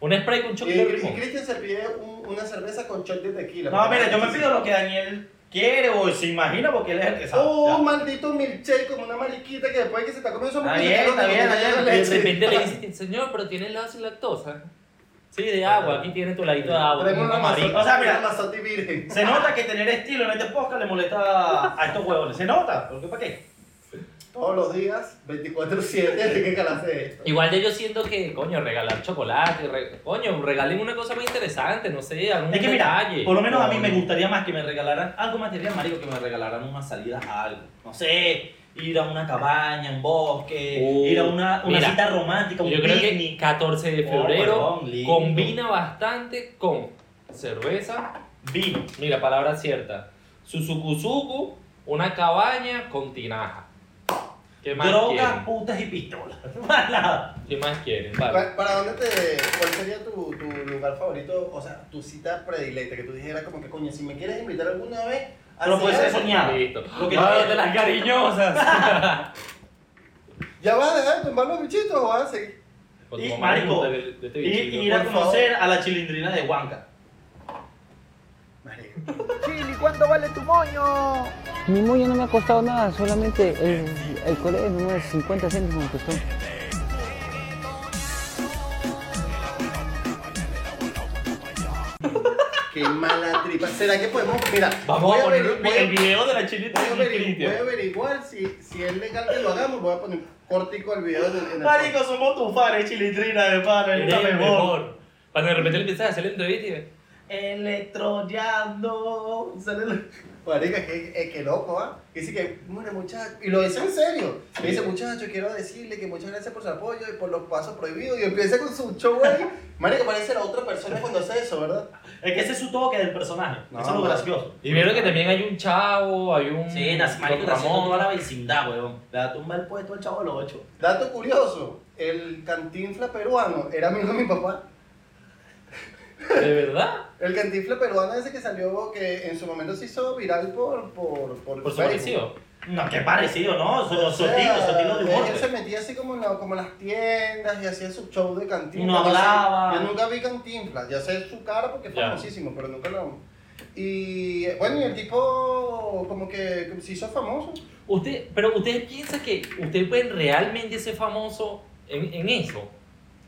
Speaker 2: Un Sprite con un shot
Speaker 1: Y,
Speaker 2: de
Speaker 1: y
Speaker 2: limón.
Speaker 1: Cristian se pide un- una cerveza con shot de tequila.
Speaker 3: No, mira, yo me pido lo que Daniel quiere o se imagina porque él es el que sabe.
Speaker 1: Oh,
Speaker 3: Ya.
Speaker 1: maldito milkshake como una mariquita que después de que se está comiendo su
Speaker 3: Está
Speaker 1: hamburguesa,
Speaker 3: bien,
Speaker 1: no te
Speaker 3: está bien,
Speaker 1: lo
Speaker 3: está
Speaker 1: metes
Speaker 2: De
Speaker 1: leche.
Speaker 2: repente le dicen, señor, pero tiene helado sin lactosa. Sí, de agua. Aquí tiene tu ladito de agua.
Speaker 1: Traemos una
Speaker 2: Marico.
Speaker 1: mazota,
Speaker 3: O sea, mira.
Speaker 1: una mazota y virgen.
Speaker 3: Se nota que tener estilo en este podcast le molesta a estos huevones. Se nota, ¿por qué para qué?
Speaker 1: Todos los días, 24-7, hay que calarse esto.
Speaker 2: Igual ya yo siento que, coño, regalar chocolate, re- coño, regalen una cosa más interesante, no sé, algún
Speaker 3: Es que mira,
Speaker 2: detalle.
Speaker 3: por lo menos a mí
Speaker 1: No,
Speaker 3: me
Speaker 1: no.
Speaker 3: gustaría más que me regalaran algo material, marico, que me regalaran una salida a algo. No sé, ir a una cabaña, un bosque,
Speaker 2: Uh,
Speaker 3: ir a una, una
Speaker 2: mira,
Speaker 3: cita romántica, un
Speaker 2: Yo creo que
Speaker 3: picnic.
Speaker 2: 14 de
Speaker 3: Oh,
Speaker 2: febrero
Speaker 3: perdón, lindo.
Speaker 2: combina bastante con cerveza,
Speaker 3: Vino.
Speaker 2: mira, palabra cierta, suzukuzuku, una cabaña con tinaja. ¿Qué más
Speaker 3: Drogas,
Speaker 2: quieren?
Speaker 3: putas y pistolas. (laughs) Más nada.
Speaker 2: ¿Qué más quieren? Vale.
Speaker 3: Pues,
Speaker 1: ¿Para, para dónde te.? ¿Cuál sería tu, tu lugar favorito? O sea, tu cita predilecta, que tú dijeras como que, coño, si me quieres invitar alguna vez. a
Speaker 3: Pero puede
Speaker 1: cenar,
Speaker 3: ser soñado.
Speaker 2: Listo.
Speaker 3: Lo que
Speaker 2: Ah,
Speaker 3: sea.
Speaker 2: de las cariñosas.
Speaker 1: ¿Ya vas a dejar de tumbar los bichitos o vas a seguir?
Speaker 2: Con tu
Speaker 3: Y,
Speaker 2: mamá le
Speaker 3: marico,
Speaker 2: gusta que- Pues de este
Speaker 3: Y,
Speaker 2: bicho,
Speaker 3: y
Speaker 2: yo-
Speaker 3: ir a
Speaker 1: Por favor.
Speaker 3: conocer a la chilindrina de Huanca.
Speaker 1: Marico.
Speaker 4: Chili, ¿cuánto vale tu moño?
Speaker 5: Mi moño no me ha costado nada, solamente el, el colegio, unos 50 céntimos me costó.
Speaker 1: Qué mala tripa. ¿Será que podemos.? Mira,
Speaker 2: Vamos
Speaker 1: voy
Speaker 2: a poner
Speaker 1: averigu-
Speaker 2: el,
Speaker 1: voy a-
Speaker 2: el video de la
Speaker 1: Voy
Speaker 2: chilita
Speaker 1: a,
Speaker 2: de
Speaker 1: averigu- voy a
Speaker 2: Cristian.
Speaker 1: averiguar si, si es legal que lo hagamos. Voy a poner cortico el video en el, en el
Speaker 3: Marico, somos tus pares, chilindrina de pana, es
Speaker 2: Eres
Speaker 3: la
Speaker 2: el
Speaker 3: mejor.
Speaker 2: mejor. Cuando de repente le empiezas a hacer la entrevista y ves,
Speaker 3: Electroneando. Sale el-
Speaker 1: Marica, que, eh, que loco, ¿ah? Dice que, bueno, muchacho, y lo dice en serio. Le dice, muchacho, quiero decirle que muchas gracias por su apoyo y por los pasos prohibidos. Y empieza con su show ahí. Marica, parece la otra persona cuando hace eso, ¿verdad?
Speaker 3: Es que ese es su toque del personaje.
Speaker 1: No,
Speaker 3: eso es lo
Speaker 1: no.
Speaker 3: gracioso.
Speaker 2: Y vieron que también hay un chavo, hay un.
Speaker 3: Sí, Nas- Marico
Speaker 2: Don
Speaker 3: está haciendo
Speaker 2: Ramón.
Speaker 3: toda la vecindad, weón. Le da tumba el puesto al chavo de los ocho.
Speaker 1: Dato curioso: el cantinfla peruano era amigo de mi papá.
Speaker 2: De verdad.
Speaker 1: El cantinfla peruano ese que salió, que en su momento se hizo viral por. por. por.
Speaker 2: Por su
Speaker 1: Facebook.
Speaker 2: parecido.
Speaker 3: No, qué parecido, ¿no? Son
Speaker 1: O sea,
Speaker 3: sotilo, sotilo de humor.
Speaker 2: pues.
Speaker 1: Él se metía así como en, la- como en las tiendas y hacía su show de cantinflas.
Speaker 3: Y no hablaba.
Speaker 1: Yo nunca vi cantinflas. Ya sé su cara porque es
Speaker 2: Ya.
Speaker 1: famosísimo, pero nunca lo. Y bueno, y el tipo como que se hizo famoso.
Speaker 2: Usted, pero ustedes piensan que ustedes pueden realmente ser famoso en, en eso.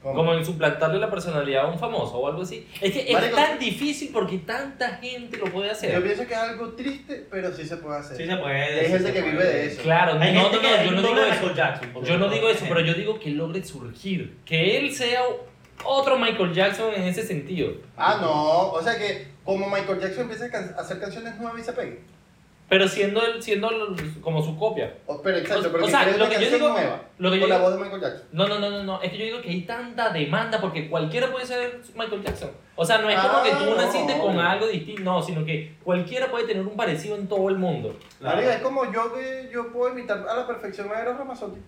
Speaker 1: Como-
Speaker 2: Como en suplantarle la personalidad a un famoso o algo así. Es que es
Speaker 1: Marico,
Speaker 2: tan difícil porque tanta gente lo puede
Speaker 1: Yo
Speaker 2: hacer.
Speaker 1: pienso que es algo triste, pero sí se puede hacer.
Speaker 3: Sí se puede.
Speaker 1: Hay
Speaker 3: sí
Speaker 1: gente
Speaker 3: se
Speaker 1: que
Speaker 3: puede.
Speaker 1: vive de eso.
Speaker 2: Claro,
Speaker 3: Hay
Speaker 2: no,
Speaker 3: gente
Speaker 2: no,
Speaker 3: que
Speaker 2: no,
Speaker 3: hay
Speaker 2: yo
Speaker 3: un
Speaker 2: no
Speaker 3: doble
Speaker 2: digo eso.
Speaker 3: Michael Jackson, por
Speaker 2: Yo no
Speaker 3: ejemplo.
Speaker 2: digo eso, pero yo digo que logre surgir. Que él sea otro Michael Jackson en ese sentido.
Speaker 1: Ah, no. O sea que como Michael Jackson empieza a can- a hacer canciones nuevas y se pega.
Speaker 2: Pero siendo, él, siendo como su copia.
Speaker 1: O- pero exacto,
Speaker 2: O-
Speaker 1: pero
Speaker 2: o
Speaker 1: que
Speaker 2: sea,
Speaker 1: cree
Speaker 2: lo
Speaker 1: una
Speaker 2: que yo
Speaker 1: canción
Speaker 2: digo-
Speaker 1: nueva.
Speaker 2: Lo que yo
Speaker 1: con la
Speaker 2: digo-
Speaker 1: voz de Michael Jackson.
Speaker 2: No, no, no, no, no, es que yo digo que hay tanta demanda porque cualquiera puede ser Michael Jackson. O sea, no es como
Speaker 1: Ah,
Speaker 2: que tú
Speaker 1: no,
Speaker 2: naciste con
Speaker 1: obvio.
Speaker 2: algo distinto, no, sino que cualquiera puede tener un parecido en todo el mundo.
Speaker 3: Claro.
Speaker 1: Marica, es como yo que yo puedo imitar a la perfección a Eros Ramazzotti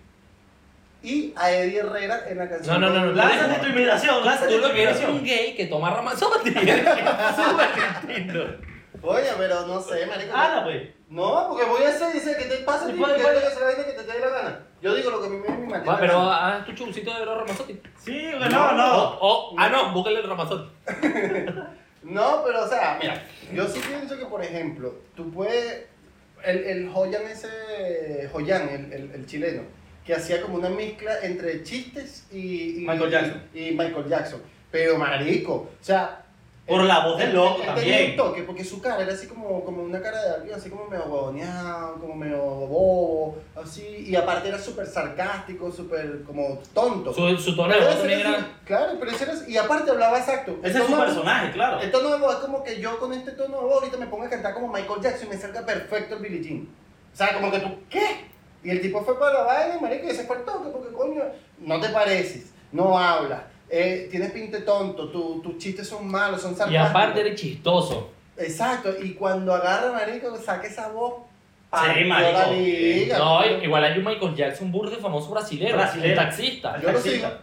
Speaker 1: y a Eddie Herrera en la canción.
Speaker 2: No, no, no, no,
Speaker 3: Lánzate tu imitación, lánzate
Speaker 2: Tú
Speaker 3: tu
Speaker 2: lo que eres es
Speaker 3: imitación.
Speaker 2: un gay que toma Ramazotti. (laughs) Súper distinto.
Speaker 1: Oye, pero no sé, marica.
Speaker 2: Ah,
Speaker 3: Ala, pues.
Speaker 1: No, porque voy a hacer, dice, ¿qué te pasa?
Speaker 3: Sí,
Speaker 1: tío?
Speaker 3: puede,
Speaker 1: ¿Qué
Speaker 3: puede.
Speaker 1: te hace la vaina que te dé la gana? Yo digo lo que a mí me mi
Speaker 2: Va, pero haz tu chubucito de Ramazotti.
Speaker 3: Sí, güey, no, no.
Speaker 2: O, o- ah, no, búscale el Ramazotti.
Speaker 1: No, pero o sea, mira, yo sí pienso que, por ejemplo, tú puedes. El, el Joyan ese. Joyan, el, el, el chileno, que hacía como una mezcla entre chistes y. y-
Speaker 3: Michael Jackson.
Speaker 1: Y, Michael Jackson. Pero marico, o sea.
Speaker 3: Por
Speaker 1: él-
Speaker 3: la voz del
Speaker 1: él-
Speaker 3: loco
Speaker 1: él Tenía
Speaker 3: también.
Speaker 1: un toque, porque su cara era así como, como una cara de alguien, así como medio huevoneado, como medio bobo, así. Y aparte era súper sarcástico, súper como tonto.
Speaker 2: Su, su tono de
Speaker 1: Pero
Speaker 2: voz
Speaker 1: ese
Speaker 2: también
Speaker 1: era
Speaker 2: era.
Speaker 1: su- Claro, pero ese era. su- Y aparte hablaba exacto.
Speaker 3: Ese es su
Speaker 1: Tomaba-
Speaker 3: personaje, claro.
Speaker 1: el tono de voz es como que yo con este tono de voz ahorita me pongo a cantar como Michael Jackson y me salga perfecto el Billie Jean. O sea, como que tú, ¿qué? Y el tipo fue para la vaina y marico, y ese fue el toque, porque coño, no te pareces, no hablas, eh, tienes pinte tonto, tu- tus chistes son malos, son
Speaker 2: Y
Speaker 1: sarcásticos.
Speaker 2: aparte eres chistoso.
Speaker 1: Exacto, y cuando agarra marico, saca esa voz. partió
Speaker 3: marico.
Speaker 1: la liga.
Speaker 2: eh, No, igual hay un Michael Jackson burde famoso brasilero,
Speaker 3: Brasilero.
Speaker 2: un taxista.
Speaker 1: Yo lo
Speaker 3: Taxista.
Speaker 1: sigo.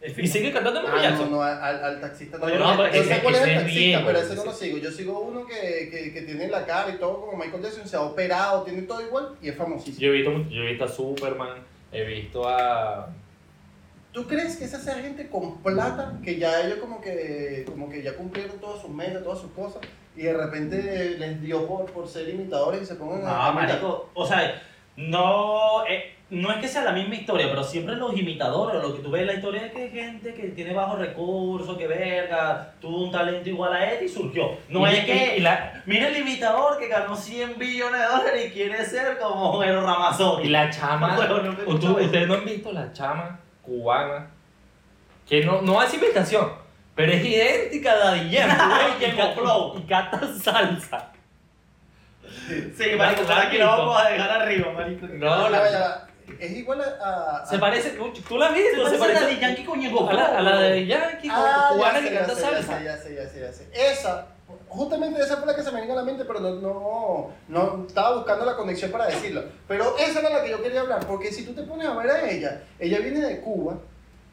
Speaker 3: Es
Speaker 2: Y
Speaker 3: fin.
Speaker 2: sigue cantando Michael
Speaker 1: Ah,
Speaker 2: Jackson.
Speaker 1: no, no, al, al taxista no.
Speaker 2: No,
Speaker 1: Yo
Speaker 2: no,
Speaker 1: no,
Speaker 2: pero
Speaker 1: sé
Speaker 2: ese-
Speaker 1: cuál es
Speaker 2: ese
Speaker 1: el
Speaker 2: es
Speaker 1: taxista,
Speaker 2: viejo,
Speaker 1: pero ese no lo
Speaker 2: ese.
Speaker 1: sigo. Yo sigo uno que, que, que tiene la cara y todo como Michael Jackson, se ha operado, tiene todo igual y es famosísimo.
Speaker 2: Yo he visto, mu- yo he visto a Superman, he visto a.
Speaker 1: ¿Tú crees que esa sea gente con plata, que ya ellos como que, como que ya cumplieron todas sus metas, todas sus cosas, y de repente les dio por, por ser imitadores y se pongan a-
Speaker 3: No,
Speaker 1: a imitar?
Speaker 3: Ah, marico, o sea, no, eh, no es que sea la misma historia, pero siempre los imitadores, lo que tú ves en la historia es que hay gente que tiene bajos recursos, que verga, tuvo un talento igual a él y surgió. No
Speaker 2: Y-
Speaker 3: es que,
Speaker 2: y- y la,
Speaker 3: mira el imitador que ganó 100 billones de dólares y quiere ser como Homero
Speaker 2: y
Speaker 3: Ramazón. (laughs)
Speaker 2: la (laughs) chama.
Speaker 3: Bueno, nunca he
Speaker 2: ¿Tú-
Speaker 3: escuchado eso.
Speaker 2: ustedes no han visto la chama cubana. Que no, no hace invitación, pero es idéntica a
Speaker 1: (laughs)
Speaker 2: Daddy (laughs) Yankee.
Speaker 3: Y con flow.
Speaker 2: Y canta salsa.
Speaker 3: Sí, marico, para que lo vamos a dejar arriba, marico.
Speaker 2: No,
Speaker 1: Ya,
Speaker 2: la-
Speaker 1: ya, Es igual a... a-
Speaker 2: se
Speaker 1: a-
Speaker 2: parece. ¿Tú, tú la has visto?
Speaker 3: Se parece a Daddy Yankee con Ñengo
Speaker 2: a la, a la
Speaker 3: Flow.
Speaker 2: de Yankee,
Speaker 1: Ah, ya
Speaker 2: cubana
Speaker 1: sé,
Speaker 2: que
Speaker 1: ya
Speaker 2: canta
Speaker 1: sé,
Speaker 2: salsa.
Speaker 1: Ya sé, ya sé, ya sé, ya sé. Esa, justamente esa fue la que se me vino a la mente, pero no, no, no estaba buscando la conexión para decirlo. Pero esa era la que yo quería hablar, porque si tú te pones a ver a ella, ella viene de Cuba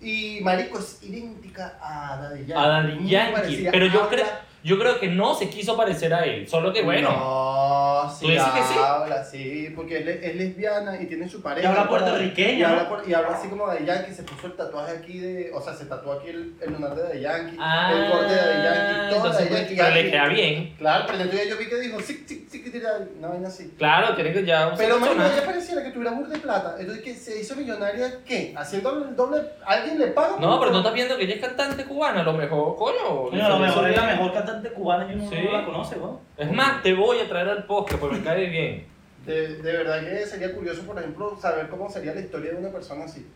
Speaker 1: y Marico es idéntica a Daddy Yankee.
Speaker 2: A Daddy
Speaker 1: Muy
Speaker 2: Yankee,
Speaker 1: parecida, Ah,
Speaker 2: pero yo
Speaker 1: habla-
Speaker 2: creo- Yo creo que no se quiso parecer a él, solo que bueno.
Speaker 1: No, No, sí.
Speaker 2: ¿Tú dices que sí?
Speaker 1: Habla, sí, porque él es, es lesbiana y tiene su pareja.
Speaker 3: Y habla
Speaker 1: Y
Speaker 3: puertorriqueña.
Speaker 1: habla, por- y habla así como de Yankee, se puso el tatuaje aquí de. O sea, se tatuó aquí el, el lunar de Daddy Yankee, el corte de Daddy Yankee, todo
Speaker 2: Ah, entonces, pues,
Speaker 1: Daddy Yankee.
Speaker 2: pero le
Speaker 1: Yankee.
Speaker 2: queda bien.
Speaker 1: Claro, pero el otro día yo vi que dijo, sí, sí, sí, que tira, una vaina así.
Speaker 2: Claro, tiene que ya usar
Speaker 1: Pero marico,
Speaker 2: personaje.
Speaker 1: ella pareciera que tuviera burda de plata. Entonces, que se hizo millonaria, ¿qué? Haciendo el doble, ¿alguien le paga?
Speaker 2: No, pero tú estás viendo que ella es cantante cubana, a lo mejor, coño.
Speaker 3: Coño, a lo
Speaker 2: le
Speaker 3: mejor
Speaker 2: sale
Speaker 3: es la
Speaker 2: bien.
Speaker 3: mejor cantante cubana y uno
Speaker 2: Sí.
Speaker 3: no la conoce, weón.
Speaker 2: Es más, te voy a traer al podcast porque me cae bien.
Speaker 1: De, de verdad que sería curioso, por ejemplo, saber cómo sería la historia de una persona así.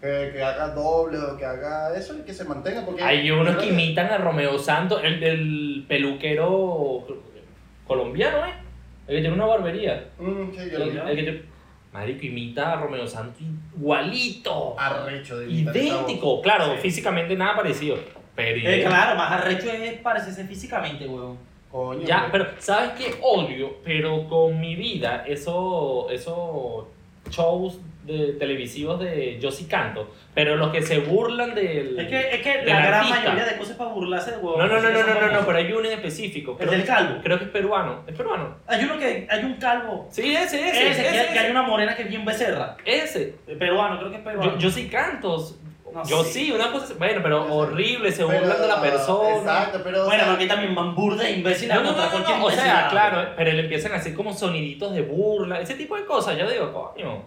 Speaker 1: Que, que haga doble o que haga eso y que se mantenga. Porque
Speaker 2: Hay unos que
Speaker 1: Creo
Speaker 2: imitan a Romeo Santos, el, el peluquero colombiano, ¿eh? El que tiene una barbería.
Speaker 1: Mm, sí, yo
Speaker 2: El,
Speaker 1: lo vi.
Speaker 2: el que tiene- Marico, imita a Romeo Santos igualito.
Speaker 3: Ah,
Speaker 1: Arrecho de imitar esa voz.
Speaker 2: Idéntico. Claro,
Speaker 1: Sí.
Speaker 2: físicamente nada parecido. Pero
Speaker 3: Eh, claro, más arrecho es parecerse físicamente, weón.
Speaker 1: Coño.
Speaker 2: Ya,
Speaker 1: güey.
Speaker 2: pero ¿sabes qué? Odio, pero con mi vida, eso, esos shows de, televisivos de Yo sí canto, pero los que se burlan del...
Speaker 3: Es que, es que
Speaker 2: Del
Speaker 3: la gran
Speaker 2: artista.
Speaker 3: mayoría de cosas para burlarse de weón.
Speaker 2: No, no,
Speaker 3: así
Speaker 2: no,
Speaker 3: que
Speaker 2: no,
Speaker 3: son
Speaker 2: no, no, no,
Speaker 3: famosas.
Speaker 2: pero hay uno en específico.
Speaker 3: El
Speaker 2: Creo,
Speaker 3: del calvo.
Speaker 2: creo que es peruano. ¿Es peruano?
Speaker 3: Hay uno que, hay un calvo.
Speaker 2: Sí, ese, ese,
Speaker 3: Ese,
Speaker 2: ese,
Speaker 3: que, que
Speaker 2: ese.
Speaker 3: hay una morena que es bien becerra.
Speaker 2: ese.
Speaker 3: Eh, Peruano, creo que es peruano.
Speaker 2: Yo, yo sí canto.
Speaker 3: No
Speaker 2: yo
Speaker 3: sé.
Speaker 2: sí, una cosa... así. Bueno, pero
Speaker 1: Yo sé.
Speaker 2: horrible, se
Speaker 1: Pero-
Speaker 2: burlan de la persona. Pues
Speaker 1: Exacto, pero. o
Speaker 3: bueno,
Speaker 1: sea,
Speaker 3: porque también van burda de imbécil a
Speaker 2: No, no,
Speaker 3: contra
Speaker 2: no, no,
Speaker 3: cualquier
Speaker 2: no, o sea,
Speaker 3: imbécil.
Speaker 2: claro, pero le empiezan a hacer como soniditos de burla, ese tipo de cosas. Yo digo, coño,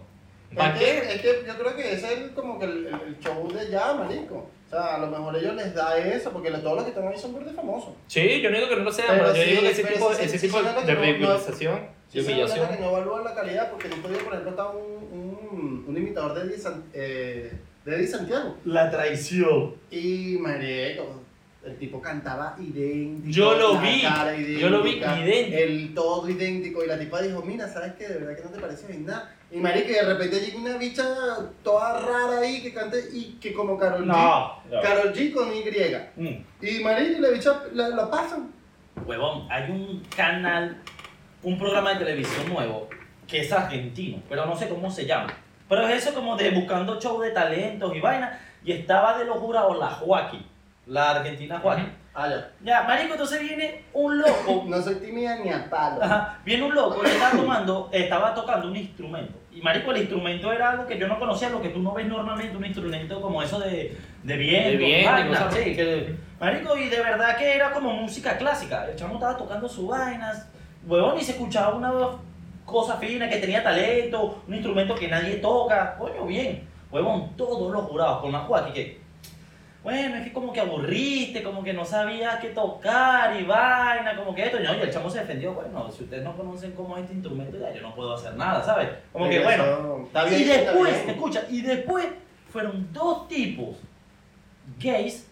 Speaker 2: ¿para
Speaker 1: Es que,
Speaker 2: qué?
Speaker 1: es que yo creo que ese es el- como que el, el- el show de ya, marico. O sea, a lo mejor ellos les da eso, porque lo- todos los que están ahí son burdes famosos.
Speaker 2: Sí, yo no digo que no lo sea,
Speaker 1: Pero
Speaker 2: pero, yo
Speaker 1: sí,
Speaker 2: digo que ese
Speaker 1: pero
Speaker 2: tipo,
Speaker 1: sí, sí,
Speaker 2: ese
Speaker 1: sí,
Speaker 2: tipo
Speaker 1: sí, no, no,
Speaker 2: de
Speaker 1: no.
Speaker 2: ridiculización, de
Speaker 1: Sí, se dan cuenta que
Speaker 2: humillación.
Speaker 1: no evalúan la calidad, porque no podía, por ejemplo, estar un, un, un imitador de Eddie, San- eh, de Eddie Santiago.
Speaker 3: La traición.
Speaker 1: Y, marico, el tipo cantaba idéntico.
Speaker 2: Yo lo
Speaker 1: la
Speaker 2: vi,
Speaker 1: cara
Speaker 2: yo lo vi
Speaker 1: idéntica,
Speaker 2: idéntico.
Speaker 1: El todo idéntico. Y la tipa dijo, mira, ¿sabes qué? De verdad que no te parece en nada. Y, marico, y de repente llega una bicha toda rara ahí que cante y que como Carol G.
Speaker 3: No.
Speaker 1: Carol G con Y.
Speaker 3: Mm.
Speaker 1: Y marico, y la bicha la, la pasan.
Speaker 3: Huevón, hay un canal, un programa de televisión nuevo que es argentino, pero no sé cómo se llama. Pero es eso como de buscando show de talentos y vaina. Y estaba de los jurados la Joaquín, la argentina Joaquín.
Speaker 1: Ah, ya.
Speaker 3: Ya, marico, entonces viene un loco.
Speaker 1: No soy tímida ni a palo.
Speaker 3: Ajá, viene un loco y estaba tomando, estaba tocando un instrumento. Y marico, el instrumento era algo que yo no conocía, lo que tú no ves normalmente, un instrumento como eso de, de viento,
Speaker 2: De viento,
Speaker 3: vaina,
Speaker 2: cosas así.
Speaker 3: sí, que- marico, y de verdad que era como música clásica. El chamo estaba tocando sus vainas, huevón, y se escuchaba una cosa fina, que tenía talento, un instrumento que nadie toca, coño, bien. Huevón, todos los jurados con la Joaquín que, bueno, es que como que aburriste, como que no sabías qué tocar y vaina, como que esto. Y, no, y el chamo se defendió, bueno, si ustedes no conocen cómo es este instrumento, ya yo no puedo hacer nada, ¿sabes? Como que
Speaker 1: Eso,
Speaker 3: bueno.
Speaker 1: Está bien,
Speaker 3: Y
Speaker 1: está
Speaker 3: después,
Speaker 1: bien.
Speaker 3: escucha, y después fueron dos tipos gays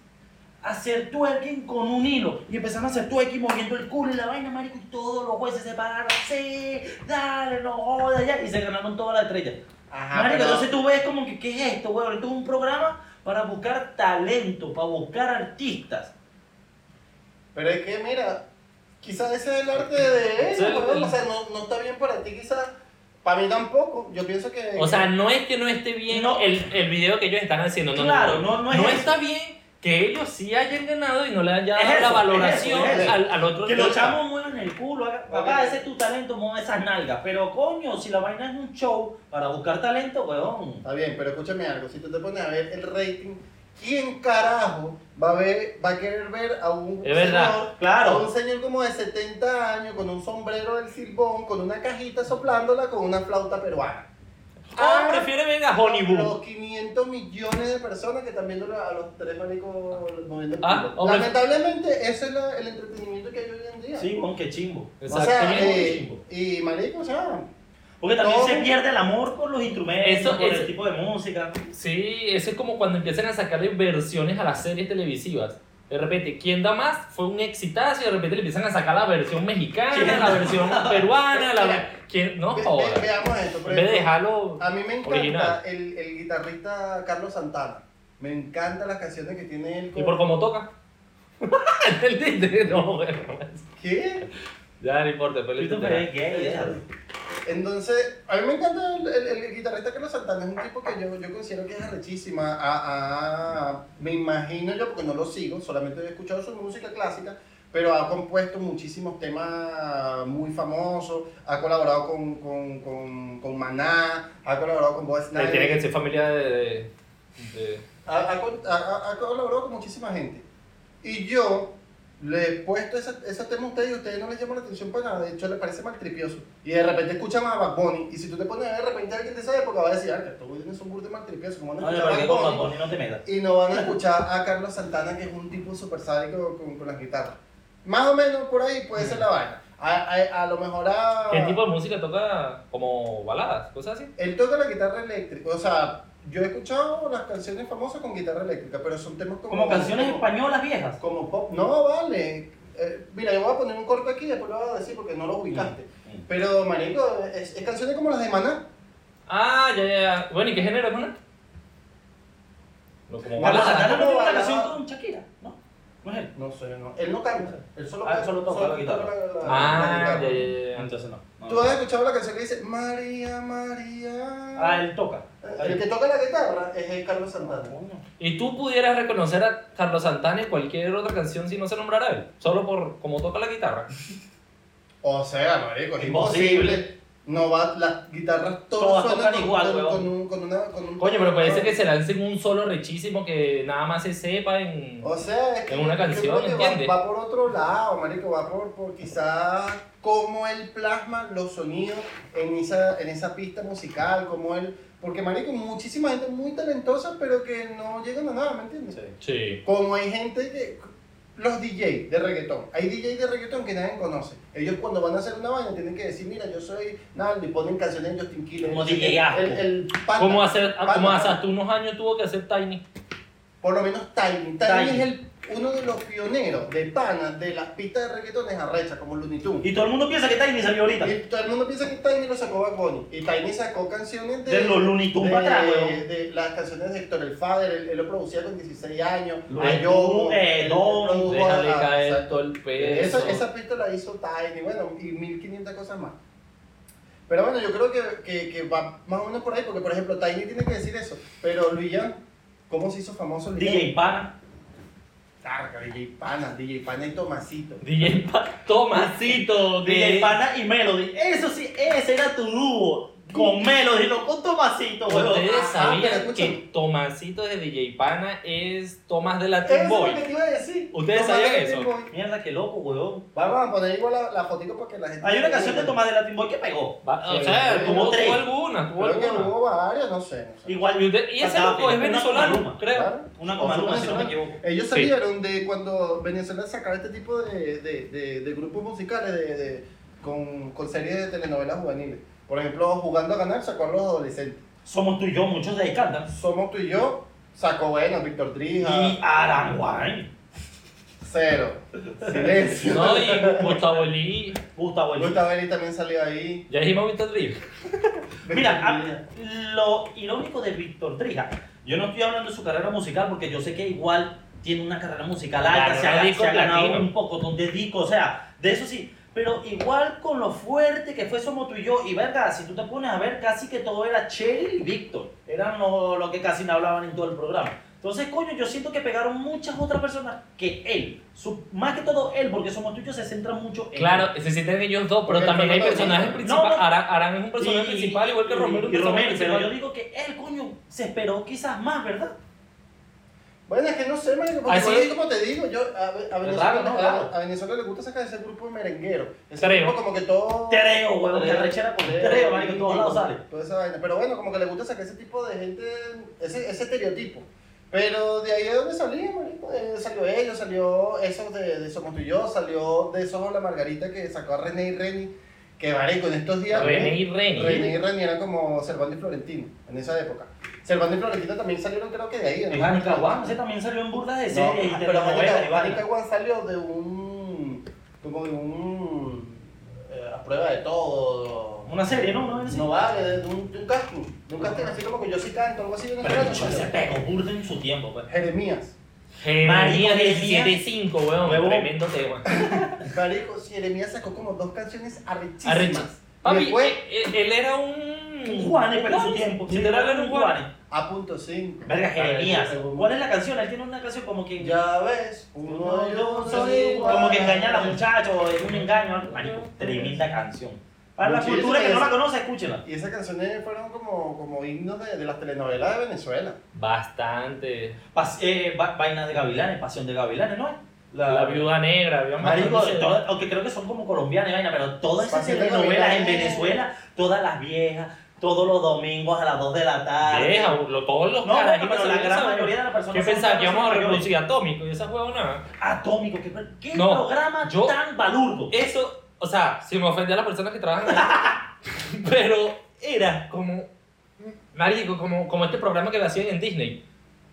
Speaker 3: a hacer twerking con un hilo. Y empezaron a hacer twerking moviendo el culo y la vaina, marico. Y todos los jueces se pararon, sí, dale, no jodas, ya. Y se ganaron todas las estrellas.
Speaker 1: Ajá,
Speaker 3: Marico,
Speaker 1: Ah, pero-
Speaker 3: entonces tú ves como que, ¿qué es esto, weón? Esto es un programa para buscar talento, para buscar artistas.
Speaker 1: Pero es que, mira, quizás ese es el arte de él,
Speaker 2: Sí,
Speaker 1: weón,
Speaker 2: el-
Speaker 1: o sea, no, no está bien para ti, quizás, para mí tampoco, yo pienso que...
Speaker 2: O sea, no es que no esté bien
Speaker 3: No.
Speaker 2: El, el video que ellos están haciendo, no, no,
Speaker 3: Claro, no-
Speaker 2: no,
Speaker 3: no es eso.
Speaker 2: está bien que ellos sí hayan ganado y no le hayan
Speaker 3: Es
Speaker 2: dado la
Speaker 3: eso,
Speaker 2: valoración
Speaker 3: es eso, es eso.
Speaker 2: Al, al otro.
Speaker 3: Que los
Speaker 2: artista.
Speaker 3: chamos muevan el culo, haga- papá, ese es tu talento, mueve esas nalgas. Pero coño, si la vaina es un show para buscar talento, weón.
Speaker 1: Está bien, pero escúchame algo, si tú te pones a ver el rating, ¿quién carajo va a, ver, va a querer ver a un
Speaker 2: Es verdad,
Speaker 1: señor... a
Speaker 3: Claro.
Speaker 1: Un señor como de 70 años, con un sombrero del silbón, con una cajita soplándola, con una flauta peruana.
Speaker 2: Ah, prefiere venir a
Speaker 1: Los
Speaker 2: Hollywood.
Speaker 1: 500 millones de personas que están viendo a los tres maricos moviendo el
Speaker 2: Ah,
Speaker 1: culo.
Speaker 2: hombre.
Speaker 1: Lamentablemente, eso es la- el entretenimiento que hay hoy en día.
Speaker 3: Sí, weón, qué chimbo.
Speaker 1: O
Speaker 2: Exacto.
Speaker 1: sea,
Speaker 3: Exacto.
Speaker 1: eh, y marico, o sea,
Speaker 3: Porque también
Speaker 1: No.
Speaker 3: se pierde el amor por los instrumentos,
Speaker 2: Eso-
Speaker 3: por
Speaker 2: eso-
Speaker 3: el tipo de música.
Speaker 2: Sí, eso es como cuando empiezan a sacarle versiones a las series televisivas. De repente, ¿quién da más? Fue un exitazo y de repente le empiezan a sacar la versión
Speaker 3: ¿Quién
Speaker 2: mexicana,
Speaker 3: da
Speaker 2: la versión peruana, la...
Speaker 3: (laughs)
Speaker 2: ver- ¿Quién? No
Speaker 1: ve- ve-
Speaker 2: jodas.
Speaker 1: veamos esto. por
Speaker 2: En vez
Speaker 1: ejemplo.
Speaker 2: de dejarlo...
Speaker 1: a mí me encanta
Speaker 2: original.
Speaker 1: el, el guitarrista Carlos Santana. Me encantan las canciones que tiene él.
Speaker 2: Y
Speaker 1: con-
Speaker 2: por cómo toca. (laughs) ¿Entendiste? No, bueno.
Speaker 1: ¿Qué?
Speaker 2: Ya, no importa, después le
Speaker 3: Christopher
Speaker 2: entenderás.
Speaker 3: es gay, déjalo.
Speaker 1: Entonces, a mí me encanta el, el- el guitarrista Carlos Santana. Es un tipo que yo, yo considero que es arrechísima. Ah, ah, me imagino yo, porque no lo sigo, solamente he escuchado su música clásica. pero ha compuesto muchísimos temas muy famosos, ha colaborado con, con, con, con Maná, ha colaborado con Boaz
Speaker 2: Él tiene
Speaker 1: Snyder,
Speaker 2: que ser familia de... de- de-
Speaker 1: ha, ha con- ha- ha- ha colaborado con muchísima gente. Y yo le he puesto ese, ese tema a ustedes y a ustedes no les llama la atención para nada, de hecho les parece maltripioso. Y de repente escuchan a Bad Bunny, y si tú te pones a ver de repente alguien de esa época va a decir, ah, que estos güeyes son burdes maltripiosos, ¿cómo van a
Speaker 3: No,
Speaker 1: escuchar
Speaker 3: pero que
Speaker 1: a
Speaker 3: con
Speaker 1: Bad
Speaker 3: Ah, Bad
Speaker 1: Bunny?
Speaker 3: Bunny no te metas.
Speaker 1: Y no van a escuchar a Carlos Santana, que es un tipo super sádico con, con las guitarras. Más o menos por ahí puede ser la vaina. A, a- a lo mejor a...
Speaker 2: ¿Qué tipo de música toca? Como baladas, cosas así.
Speaker 1: Él toca la guitarra eléctrica. O sea, yo he escuchado las canciones famosas con guitarra eléctrica, pero son temas como...
Speaker 3: Como canciones
Speaker 1: como-
Speaker 3: españolas viejas.
Speaker 1: Como pop. No, vale. Eh, mira, yo voy a poner un corte aquí y después lo voy a decir porque no lo ubicaste.
Speaker 3: Mm.
Speaker 1: Pero, marico, es, es canciones como las de Maná.
Speaker 2: Ah, ya, ya, ya. Bueno, ¿y qué género es una? No, como
Speaker 1: Vamos
Speaker 3: Carlos
Speaker 1: a
Speaker 2: balada.
Speaker 3: Santana no tiene una
Speaker 1: balada.
Speaker 3: canción con Shakira, ¿no? No es él.
Speaker 1: No sé, no. Él no canta. Él solo,
Speaker 3: Ah, él solo toca la guitarra.
Speaker 1: la- la
Speaker 2: Ah,
Speaker 1: guitarra.
Speaker 2: ya, ya, ya.
Speaker 3: Entonces no. no.
Speaker 1: ¿Tú has escuchado la canción que dice María, María?
Speaker 3: Ah, él Ah, toca.
Speaker 1: El Eh, que toca la guitarra es el Carlos Santana.
Speaker 2: ¿Y tú pudieras reconocer a Carlos Santana en cualquier otra canción si no se nombrara él? Solo por cómo toca la guitarra.
Speaker 1: O sea, marico, es
Speaker 3: Imposible.
Speaker 1: imposible. No va, las guitarras
Speaker 3: Todas
Speaker 1: todas,
Speaker 3: tocan
Speaker 1: suenan con,
Speaker 3: igual,
Speaker 1: con,
Speaker 3: weón.
Speaker 1: con un, con una, con un-
Speaker 2: Coño, pero puede ser que se lancen un solo rechísimo que nada más se sepa en...
Speaker 1: O sea, es que
Speaker 2: En una
Speaker 1: yo creo
Speaker 2: canción,
Speaker 1: que va-
Speaker 2: ¿entiendes?
Speaker 1: Va, por otro lado, marico, va por, por quizás cómo él plasma los sonidos en esa, en esa pista musical, cómo él... Porque, marico, muchísima gente muy talentosa, pero que no llegan a nada, ¿me entiendes?
Speaker 2: Sí.
Speaker 1: Como hay gente que. Los DJ de reggaetón. Hay DJ de reggaetón que nadie conoce. Ellos cuando van a hacer una vaina tienen que decir, mira, yo soy Naldo y ponen canciones de Justin Quiles.
Speaker 3: Como
Speaker 1: no sé
Speaker 3: DJ
Speaker 1: qué.
Speaker 3: asco.
Speaker 1: El, el Panda.
Speaker 2: Como hacer,
Speaker 1: Panda.
Speaker 2: como hace hasta unos años tuvo que hacer Tiny.
Speaker 1: Por lo menos Tiny. Tiny,
Speaker 3: Tiny.
Speaker 1: es el, uno de los pioneros de pana de las pistas de reggaetón es arrecha, como Looney Tunes.
Speaker 3: Y todo el mundo piensa que Tiny salió ahorita.
Speaker 1: Y todo el mundo piensa que Tiny lo sacó Bad Bunny. Y Tiny sacó canciones de...
Speaker 3: De los Looney Tunes para atrás,
Speaker 1: de-
Speaker 3: weón.
Speaker 1: de las canciones de Héctor el Father, él, él lo producía con 16 años.
Speaker 3: Looney
Speaker 1: A Yomo,
Speaker 3: Tunes, eh,
Speaker 1: él- él
Speaker 3: Don,
Speaker 1: produjo
Speaker 2: Déjale
Speaker 1: a- a-
Speaker 2: caer
Speaker 1: ah, exacto.
Speaker 2: todo el peso.
Speaker 1: Esa, esa pista la hizo Tiny, bueno, y 1500 cosas más. Pero bueno, yo creo que, que, que va más o menos por ahí, porque por ejemplo, Tiny tiene que decir eso. Pero Luyan, ¿cómo se hizo famoso Luyan?
Speaker 3: DJ Pana.
Speaker 1: Targa, DJ Pana, DJ Pana y Tomasito.
Speaker 2: DJ Pa- Tomasito. de-
Speaker 3: DJ Pana y Melody. Eso sí, ese era tu dúo. Con Melody, no con Tomasito, weón.
Speaker 2: Ustedes
Speaker 1: Ah, pero
Speaker 2: sabían
Speaker 1: escúchame.
Speaker 2: que Tomasito de DJ Pana es Tomás de
Speaker 1: Eso
Speaker 2: Latin
Speaker 1: es
Speaker 2: Boy.
Speaker 1: lo que te iba a decir.
Speaker 2: ¿Ustedes
Speaker 1: Tomás
Speaker 2: sabían
Speaker 1: de
Speaker 2: eso?
Speaker 1: Latin Boy.
Speaker 3: Mierda, qué loco, weón.
Speaker 1: Vamos a poner igual la, la fotico porque la gente...
Speaker 3: Hay una canción de Tomás de Latin Boy que pegó.
Speaker 2: Va- o
Speaker 1: Sí,
Speaker 2: sea,
Speaker 1: sí,
Speaker 2: tuvo,
Speaker 3: tres.
Speaker 2: tuvo alguna, tuvo
Speaker 1: Creo que
Speaker 2: alguna.
Speaker 1: hubo varias, no sé. no sé.
Speaker 3: Igual,
Speaker 2: Y usted- Y ese
Speaker 3: Faltaba
Speaker 2: loco es
Speaker 3: una con
Speaker 2: venezolano,
Speaker 3: Maluma.
Speaker 2: creo.
Speaker 1: Claro.
Speaker 3: una
Speaker 1: O
Speaker 3: con
Speaker 1: sea,
Speaker 3: Maluma, si no me
Speaker 1: venezolano.
Speaker 3: equivoco.
Speaker 1: Ellos
Speaker 2: Sí.
Speaker 1: salieron de cuando Venezuela sacaba este tipo de, de, de, de grupos musicales de, de- con, con series de telenovelas juveniles. Por ejemplo, Jugando a Ganar sacó a los adolescentes.
Speaker 3: Somos tú y yo, muchos de ahí cantan.
Speaker 1: Somos tú y yo sacó, bueno, Víctor Trija,
Speaker 3: Y Aranguay. (laughs)
Speaker 1: Cero, Silencio.
Speaker 2: No, y Gustavo Lee.
Speaker 3: Gustavo Elías.
Speaker 1: Gustavo Eli también salió ahí.
Speaker 2: Ya dijimos Víctor Lee.
Speaker 3: Mira,
Speaker 1: Víctor
Speaker 3: a- lo irónico de Víctor Trija, yo no estoy hablando de su carrera musical porque yo sé que igual tiene una carrera musical alta,
Speaker 2: Claro,
Speaker 3: se, ha,
Speaker 2: no disco
Speaker 3: se ha ganado
Speaker 2: platino.
Speaker 3: un poco de disco, o sea, de eso sí. Pero igual con lo fuerte que fue Somos tú y yo, y verga, si tú te pones a ver, casi que todo era Cheryl y Víctor. Eran lo, lo que casi no hablaban en todo el programa. Entonces, coño, yo siento que pegaron muchas otras personas que él. Su- más que todo él, porque Somos tú y yo se centra mucho en él.
Speaker 2: Claro, se sienten ellos dos, pero
Speaker 1: Porque
Speaker 2: también hay
Speaker 1: fue
Speaker 2: personajes
Speaker 1: protagonista.
Speaker 3: No,
Speaker 2: principales.
Speaker 3: no.
Speaker 2: Arán, Arán es un personaje
Speaker 3: Y-
Speaker 2: principal, igual que
Speaker 3: y-
Speaker 2: Romero.
Speaker 3: Y Romero, pero yo
Speaker 2: pero
Speaker 3: digo que él, coño, se esperó quizás más, ¿verdad?
Speaker 1: Bueno, es que no sé, marico, porque
Speaker 2: Así-
Speaker 1: igual es como te digo, yo a, a
Speaker 2: Pues
Speaker 1: Venezuela,
Speaker 3: raro, ¿no? Raro.
Speaker 1: a, a Venezuela le gusta sacar ese grupo de merengueros. Ese
Speaker 2: Creo.
Speaker 1: grupo como que todo...
Speaker 3: Tereo, huevón, que rechera con tereo, marico, en todos lados sale.
Speaker 1: Toda esa vaina. Pero bueno, como que le gusta sacar ese tipo de gente, ese, ese estereotipo. Pero de ahí es donde salía, marico. Eh, salió ellos, salió esos de, de Somos tú y yo, salió de esos la Margarita que sacó a René y Reni. Que marico, en estos días.
Speaker 2: René y Reni.
Speaker 1: René y Reni eran como Servando y Florentino en esa época. Servando y Florentino también salieron, creo que de ahí.
Speaker 3: En
Speaker 1: ¿no?
Speaker 3: Anicaguán, ese también salió en burlas de
Speaker 1: No,
Speaker 3: series y de
Speaker 1: pero
Speaker 3: novelas y
Speaker 1: Mónica
Speaker 3: vainas.
Speaker 1: Juan salió de un. como de un. eh, a prueba de todo.
Speaker 3: Una serie, ¿no? Una serie.
Speaker 1: No vale, de un, de un casting. De un casting así como que yo sí canto, algo así de una
Speaker 3: Pero el
Speaker 1: canción.
Speaker 3: bicho se pegó burda en su tiempo, pues.
Speaker 1: Jeremías.
Speaker 2: María
Speaker 3: Marico,
Speaker 2: 175, weón.
Speaker 3: Huevón.
Speaker 2: Tremendo tema.
Speaker 1: Marico, Jeremías sacó como dos canciones arrechísimas.
Speaker 2: Arrecha. Papi,
Speaker 1: Después-
Speaker 2: eh, eh, él era un
Speaker 3: un Juanes, pero en su tiempo.
Speaker 2: Sí, literal, era un Juanes.
Speaker 1: A punto 5.
Speaker 3: Verga, Jeremías.
Speaker 1: Vale, según-
Speaker 3: ¿Cuál es la canción? Él tiene una canción como que.
Speaker 1: Ya ves, uno y uno son iguales.
Speaker 3: Como que engañar a la muchacha o es un engaño. algo. Marico, tremenda canción. Para la
Speaker 1: Muchísimas
Speaker 3: cultura que no la
Speaker 1: gracias.
Speaker 3: conoce, escúchela.
Speaker 1: Y esas canciones fueron como, como himnos de, de las telenovelas de Venezuela.
Speaker 2: Bastante.
Speaker 3: Pas- eh, va- Vainas de Gavilanes, Pasión de Gavilanes, ¿no es?
Speaker 2: La viuda negra, había más
Speaker 3: Marico,
Speaker 2: canciones.
Speaker 3: todo- aunque creo que son como colombianas, y vaina, pero todas esas
Speaker 1: Pasión de
Speaker 3: telenovelas en
Speaker 1: Gavilanes.
Speaker 3: Venezuela, todas las viejas, todos los domingos a las 2 de la tarde.
Speaker 2: Deja, lo, todos los
Speaker 3: No, bueno,
Speaker 2: carajitos
Speaker 3: pero la
Speaker 2: sabían
Speaker 3: gran
Speaker 2: esa-
Speaker 3: mayoría de las personas.
Speaker 2: ¿Qué
Speaker 3: son
Speaker 2: pensabas que íbamos a
Speaker 3: personas
Speaker 2: reproducir atómico y esa huevona?
Speaker 3: Atómico, ¿qué, pro- qué
Speaker 2: No,
Speaker 3: programa
Speaker 2: yo-
Speaker 3: tan balurdo?
Speaker 2: Eso, o sea, si me ofendía a las personas que trabajan
Speaker 3: (laughs)
Speaker 2: ahí, pero era como, marico, como, como este programa que le hacían en Disney.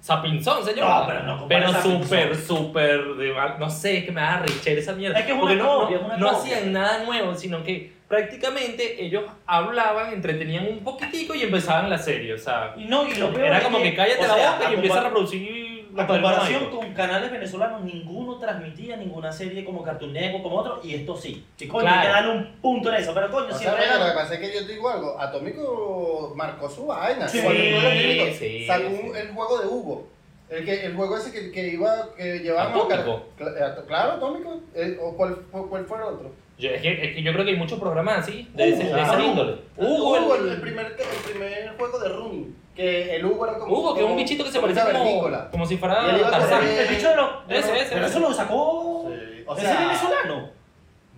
Speaker 2: Sapinzón, señor.
Speaker 3: No, pero no compares
Speaker 2: Pero
Speaker 3: Sapinzón.
Speaker 2: súper, súper, de mal- no sé, es que me da richer esa mierda.
Speaker 3: Es que es una
Speaker 2: Porque no,
Speaker 3: copia,
Speaker 2: no-
Speaker 3: es una
Speaker 2: no
Speaker 3: copia.
Speaker 2: hacían nada nuevo, sino que prácticamente ellos hablaban, entretenían un poquitico y empezaban la serie, o sea.
Speaker 3: Y no, y lo peor
Speaker 2: Era
Speaker 3: es
Speaker 2: como que, cállate
Speaker 3: o
Speaker 2: la
Speaker 3: sea,
Speaker 2: boca
Speaker 3: a
Speaker 2: y empieza a
Speaker 3: compar-
Speaker 2: reproducir
Speaker 3: A
Speaker 2: la
Speaker 3: comparación con canales venezolanos, ninguno transmitía ninguna serie como Cartoon Network, como otro, y esto sí. Que coño,
Speaker 2: Claro.
Speaker 3: hay que darle un punto en eso, pero coño,
Speaker 1: O sea,
Speaker 3: siempre
Speaker 1: mira, lo que
Speaker 3: era...
Speaker 1: pasa es que yo te digo algo, Atómico marcó su vaina.
Speaker 3: Sí,
Speaker 1: Cuando yo era chiquito,
Speaker 2: sí,
Speaker 1: sacó
Speaker 2: sí.
Speaker 1: un- el juego de Hugo. El, que, el juego ese que, que iba, que llevaban
Speaker 2: Atómico.
Speaker 1: a Cla- eh, Claro, Atómico. Eh, ¿O cuál, fue- cuál fue el otro?
Speaker 2: Yo, es, que, es que yo creo que hay muchos programas así, de, ese-
Speaker 1: Hugo,
Speaker 2: de esa
Speaker 1: claro.
Speaker 2: índole.
Speaker 1: Hugo, el, el primer, el primer juego de Rooney. Que el Hugo era como.
Speaker 2: Hugo, que es un bichito que se
Speaker 1: como
Speaker 2: parece
Speaker 1: una
Speaker 2: como,
Speaker 1: vernícola.
Speaker 2: como si
Speaker 1: Y él
Speaker 2: fuera
Speaker 1: iba a
Speaker 2: Tarzán.
Speaker 1: correr.
Speaker 3: El bicho de los...
Speaker 2: Ese, ese,
Speaker 3: pero
Speaker 2: ese.
Speaker 3: eso lo sacó...
Speaker 1: Sí, o
Speaker 3: ¿Ese
Speaker 1: sea-
Speaker 3: es venezolano?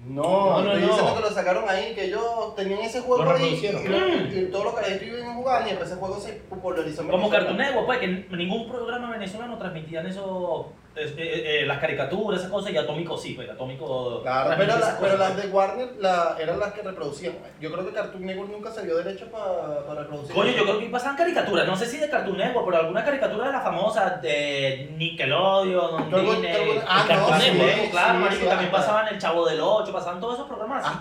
Speaker 1: No,
Speaker 3: No, no,
Speaker 1: estoy
Speaker 3: no.
Speaker 1: diciendo que lo sacaron ahí, que ellos tenían ese juego
Speaker 2: Lo
Speaker 1: ahí.
Speaker 2: reproducieron.
Speaker 1: Y, lo- y todos los carajitos iban jugando y ese juego se popularizó. en
Speaker 3: Como
Speaker 1: Venezuela.
Speaker 3: Cartoon Network, pues, que ningún programa venezolano transmitían eso... es- eh, eh, las caricaturas, esas cosas, y Atómico sí, pues, Atómico...
Speaker 1: Claro,
Speaker 3: transmitía
Speaker 1: pero, la-
Speaker 3: esas
Speaker 1: pero
Speaker 3: cosas.
Speaker 1: las de Warner la- eran las que reproducían. Yo creo que Cartoon Network nunca se dio derecho para reproducir.
Speaker 3: Coño, yo creo que pasaban caricaturas, no sé si de Cartoon Network, pero alguna caricatura de las famosas de Nickelodeon,
Speaker 1: Yo algo-
Speaker 3: Disney,
Speaker 1: yo algo- ah,
Speaker 3: de
Speaker 2: no,
Speaker 3: Cartoon
Speaker 2: sí,
Speaker 3: Network, claro,
Speaker 1: sí,
Speaker 3: marico,
Speaker 1: sí,
Speaker 3: también
Speaker 1: hasta-
Speaker 3: pasaban El Chavo del 8, pasaban todos esos programas. así.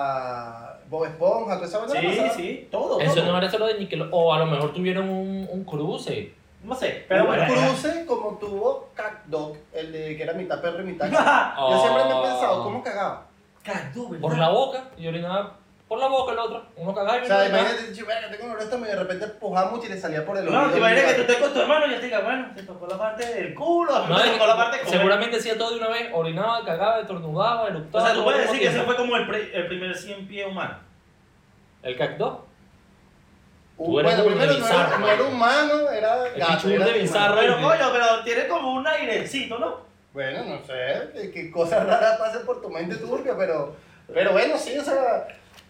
Speaker 1: Hasta Bob Esponja, toda esa vaina
Speaker 3: sí,
Speaker 1: pasaba.
Speaker 3: sí, todo, todo.
Speaker 2: Eso no era solo de Nickelodeon. O a lo mejor tuvieron un, un cruce.
Speaker 3: No sé, pero
Speaker 1: Un
Speaker 3: bueno. (laughs)
Speaker 1: cruce como tuvo Cat Dog, el de que era mitad perro y mitad gato.
Speaker 3: (laughs) era-
Speaker 1: Yo siempre me he
Speaker 2: Oh.
Speaker 1: pensado, ¿cómo cagaba?
Speaker 3: Cactus, ¿verdad?
Speaker 2: Por la boca. Y orinaba por la boca el otro. Uno cagaba y
Speaker 1: O
Speaker 2: uno
Speaker 1: sea,
Speaker 2: orinaba.
Speaker 1: imagínate, dicho, "Verga, tengo un oresto y de repente empujaba mucho y le salía por el oído.
Speaker 3: No, te imaginas que tú estés con tu hermano y yo te diga, bueno, te tocó la parte del culo, a mí
Speaker 2: No,
Speaker 3: me
Speaker 2: es
Speaker 3: tocó
Speaker 2: que
Speaker 3: la parte de comer.
Speaker 2: seguramente hacía todo de una vez. Orinaba, cagaba, estornudaba,
Speaker 3: O
Speaker 2: eructaba.
Speaker 3: sea, tú
Speaker 2: todo al
Speaker 3: puedes decir que ese
Speaker 2: mismo
Speaker 3: fue como el, pre- el primer 100 pie humano.
Speaker 2: tiempo. El cacto.
Speaker 1: Uh,
Speaker 2: Tú eres
Speaker 1: bueno,
Speaker 2: burro
Speaker 1: primero
Speaker 2: de
Speaker 1: no era,
Speaker 2: bizarro,
Speaker 1: no era
Speaker 2: mano.
Speaker 1: humano, era
Speaker 2: El
Speaker 1: gato.
Speaker 2: pichurri
Speaker 1: era
Speaker 2: de
Speaker 1: animal.
Speaker 2: bizarro.
Speaker 3: Pero
Speaker 2: Sí.
Speaker 3: coño, pero tiene como un airecito, ¿no?
Speaker 1: Bueno, no sé, qué, qué cosas raras pasan por tu mente turca, pero, pero bueno, sí, o sea,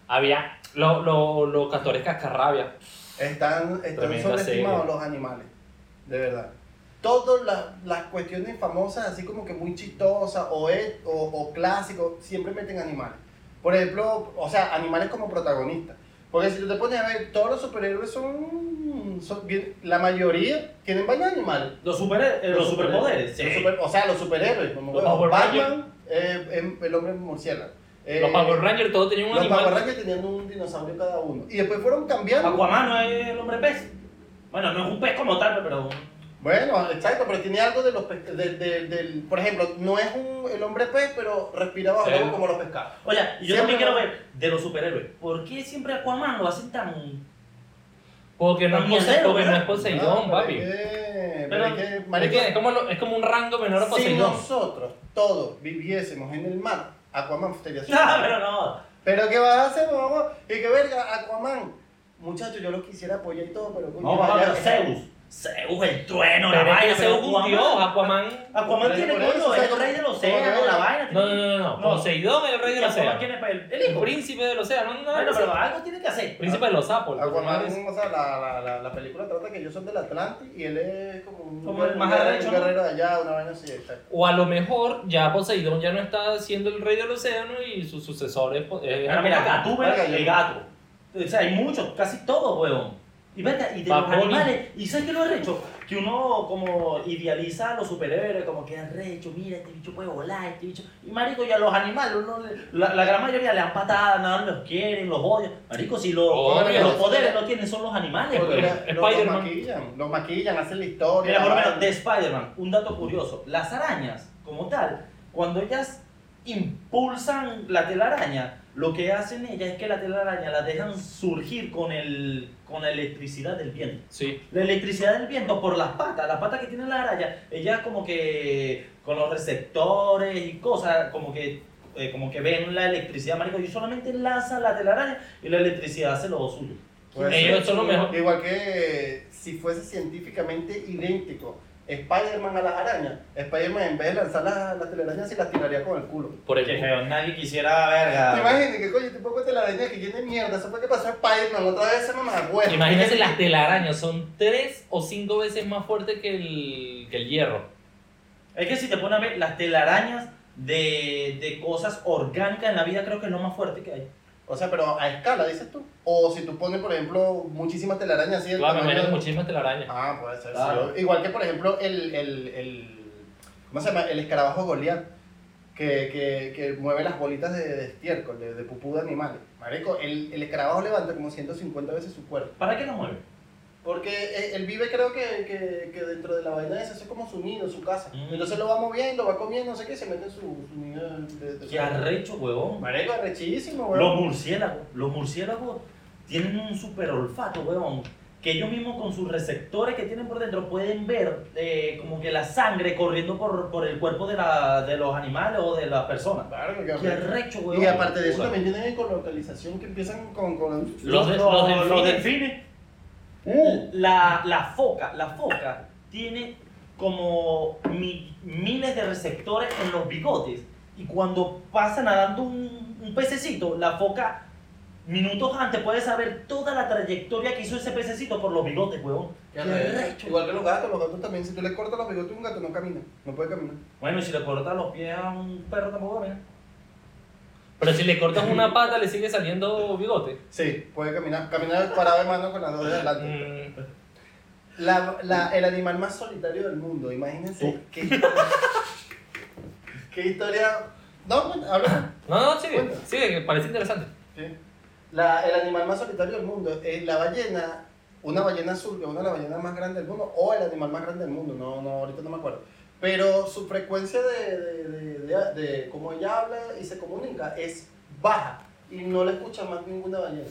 Speaker 2: Había lo- lo- los castores cascarrabia.
Speaker 1: están, están
Speaker 2: Tremenda
Speaker 1: sobreestimados
Speaker 2: serie.
Speaker 1: los animales, de verdad. Todas las, las cuestiones famosas, así como que muy chistosas o, e- o, o clásicos, siempre meten animales. Por ejemplo, o sea, animales como protagonistas. Porque si tú te pones a ver, todos los superhéroes son, son bien- la mayoría tienen vaina de animales.
Speaker 3: Los, super, eh, los,
Speaker 1: Los
Speaker 3: superpoderes. sí.
Speaker 1: Los super- o sea, los superhéroes, como
Speaker 2: Los
Speaker 1: bueno,
Speaker 2: Power
Speaker 1: Batman, eh, em- el hombre murciélago. Eh,
Speaker 2: Los Power Rangers todos tenían un
Speaker 1: Los Power
Speaker 2: animal.
Speaker 1: Rangers tenían un dinosaurio cada uno. Y después fueron cambiando.
Speaker 3: Aquaman no es el hombre pez. Bueno, no es un pez como tal, pues, pero.
Speaker 1: Bueno, exacto, pero tiene algo de los pe- de- de- del. Por ejemplo, no es un, el hombre pez, pero respira bajo el
Speaker 2: Sí.
Speaker 1: agua como los pescados.
Speaker 3: Oye, y yo
Speaker 1: Siempre
Speaker 3: también quiero
Speaker 1: no.
Speaker 3: ver de los superhéroes. ¿Por qué siempre Aquaman lo hacen tan.
Speaker 2: Porque no es
Speaker 3: Mierda,
Speaker 2: Pose- porque no
Speaker 3: ¿verdad?
Speaker 2: es Poseidón,
Speaker 1: Ah,
Speaker 2: papi.
Speaker 1: Pero, es que- pero
Speaker 3: Pero-
Speaker 1: es que,
Speaker 2: Es
Speaker 1: marico,
Speaker 2: que es como, lo- es como un rango menor a
Speaker 1: si
Speaker 2: Poseidón.
Speaker 1: nosotros todos viviésemos en el mar, Aquaman sería
Speaker 2: (laughs)
Speaker 1: su-
Speaker 3: No, pero no.
Speaker 1: Pero ¿qué vas a hacer, mamá? Y que verga, Aquaman. Muchachos, yo los quisiera apoyar y todo, pero.
Speaker 3: No,
Speaker 1: coño,
Speaker 3: papá,
Speaker 1: ya-
Speaker 3: pero Zeus. Zeus, el trueno, la
Speaker 2: Pero es que
Speaker 3: vaina,
Speaker 2: ese
Speaker 3: pero
Speaker 2: es un dios,
Speaker 3: Aquaman.
Speaker 2: Aquaman.
Speaker 3: Aquaman
Speaker 1: Pero
Speaker 3: tiene
Speaker 1: por eso,
Speaker 3: coño,
Speaker 1: o sea,
Speaker 3: el rey del
Speaker 1: como-
Speaker 3: océano,
Speaker 1: como-
Speaker 3: la vaina.
Speaker 2: No, no, no, no, no.
Speaker 3: No.
Speaker 2: Poseidón es el rey
Speaker 3: ¿Y
Speaker 2: del
Speaker 3: Aquaman pues,
Speaker 2: océano.
Speaker 3: quién es? El, el
Speaker 2: El
Speaker 3: hijo.
Speaker 2: príncipe del océano. No, no,
Speaker 3: Bueno,
Speaker 2: no,
Speaker 3: pero algo tiene que hacer.
Speaker 2: Príncipe de los sapos. los
Speaker 1: Aquaman,
Speaker 2: animales.
Speaker 1: o sea, la, la, la, la película trata que ellos son del Atlántico y él es como un,
Speaker 3: Como el
Speaker 1: un
Speaker 3: más
Speaker 1: guerrero-
Speaker 3: arrecho,
Speaker 1: un
Speaker 3: ¿no?
Speaker 1: guerrero de allá, una vaina así, exacto.
Speaker 2: O a lo mejor ya Poseidón ya no está siendo el rey del océano y pues, su sucesor es. Po- es
Speaker 3: Pero mira,
Speaker 2: Aquaman.
Speaker 3: Gatúbela,
Speaker 1: Verga, yo-
Speaker 3: el gato. O sea, hay muchos, casi todos, huevón. Y verga, y de los
Speaker 2: Bad Bunny.
Speaker 3: animales, y ¿sabes qué lo arrecho? Que uno como idealiza a los superhéroes, como que arrecho, mira, este bicho puede volar, este bicho... Y marico, y a los animales, uno le- la, la gran mayoría le dan patadas, nada, los quieren, los odian. Marico, si los,
Speaker 2: Obvio.
Speaker 3: los poderes no tienen son los animales,
Speaker 1: Porque
Speaker 3: pues.
Speaker 1: los- los
Speaker 2: Spider-Man.
Speaker 1: maquillan, los maquillan, hacen la historia.
Speaker 3: Mira, por lo menos de Spider-Man, un dato curioso. Las arañas, como tal, cuando ellas impulsan la telaraña, lo que hacen ellas es que la telaraña la dejan surgir con, el, con la electricidad del viento.
Speaker 2: Sí,
Speaker 3: La electricidad del viento por las patas, las patas que tiene la araña, ella como que con los receptores y cosas, como que, eh, como que ven la electricidad, marico, y solamente lanzan la telaraña y la electricidad hace lo suyo.
Speaker 1: Pues,
Speaker 2: ellos son lo mejor.
Speaker 1: Igual que eh, si fuese científicamente idéntico Spider-Man a las arañas, Spider-Man en vez de lanzar las, las telarañas se las tiraría con el culo.
Speaker 2: por
Speaker 3: Que
Speaker 2: el
Speaker 3: feo, nadie quisiera
Speaker 1: ¿Te
Speaker 3: verga.
Speaker 1: imaginas que coño, este poco de telaraña que tiene mierda? Eso fue que pasó a Spider-Man otra vez esa mamá
Speaker 2: Imagínense las telarañas, son tres o cinco veces más fuertes que el, que el hierro.
Speaker 3: Es que si te pones a ver las telarañas de, de cosas orgánicas en la vida, creo que es lo más fuerte que hay.
Speaker 1: O sea, pero a escala, dices tú. O si tú pones, por ejemplo, muchísimas telarañas así. del
Speaker 2: Claro, me
Speaker 1: tamaño-
Speaker 2: menos muchísimas telarañas.
Speaker 1: Ah, puede ser. sí.
Speaker 3: Claro.
Speaker 1: Igual que, por ejemplo, el, el, el. ¿Cómo se llama? El escarabajo Goliath. Que, que, que mueve las bolitas de, de estiércol, de, de pupú de animales. Marico, el, el escarabajo levanta como 150 veces su cuerpo.
Speaker 3: ¿Para qué lo mueve?
Speaker 1: Porque eh, él, él vive, creo que, que, que dentro de la vaina esa, eso es como su nido, su casa.
Speaker 3: Mm.
Speaker 1: Entonces lo va moviendo, va comiendo, no sé qué, se mete en su, su nido de. de-
Speaker 3: Qué arrecho, huevón.
Speaker 1: Marico, arrechísimo, weón.
Speaker 3: Los murciélagos, los murciélagos tienen un super olfato, weón. Que ellos mismos con sus receptores que tienen por dentro pueden ver eh, como que la sangre corriendo por, por el cuerpo de, la, de los animales o de las personas.
Speaker 1: Claro, qué
Speaker 3: Qué
Speaker 1: arrecho.
Speaker 3: arrecho, weón.
Speaker 1: Y aparte de eso
Speaker 2: Bueno.
Speaker 1: también tienen ecolocalización que empiezan con... con...
Speaker 2: Los, de- los delfines.
Speaker 1: Uh,
Speaker 3: La, la foca, la foca tiene como mi- miles de receptores en los bigotes. Y cuando pasa nadando un, un pececito, la foca minutos antes puede saber toda la trayectoria que hizo ese pececito por los bigotes, huevón.
Speaker 1: qué arrecho. Igual que los gatos, los gatos también, si tú le cortas los bigotes a un gato no camina, no puede caminar.
Speaker 3: Bueno, y si le cortas los pies a un perro tampoco camina.
Speaker 2: Pero si le cortas una pata, le sigue saliendo bigote.
Speaker 1: Sí, puede caminar, caminar parado de mano con las dos de adelante.
Speaker 2: Mm,
Speaker 1: La, la- el animal más solitario del mundo, imagínense qué, qué historia... No, bueno, habla.
Speaker 2: No, no, sigue,
Speaker 1: Bueno.
Speaker 2: sigue, que parece interesante.
Speaker 1: Sí. La, el animal más solitario del mundo es la ballena, una ballena azul, que es una de las ballenas más grandes del mundo, o el animal más grande del mundo, no, no, ahorita no me acuerdo. Pero su frecuencia de, de, de, de- de cómo ella habla y se comunica es baja y no la escucha más ninguna ballena.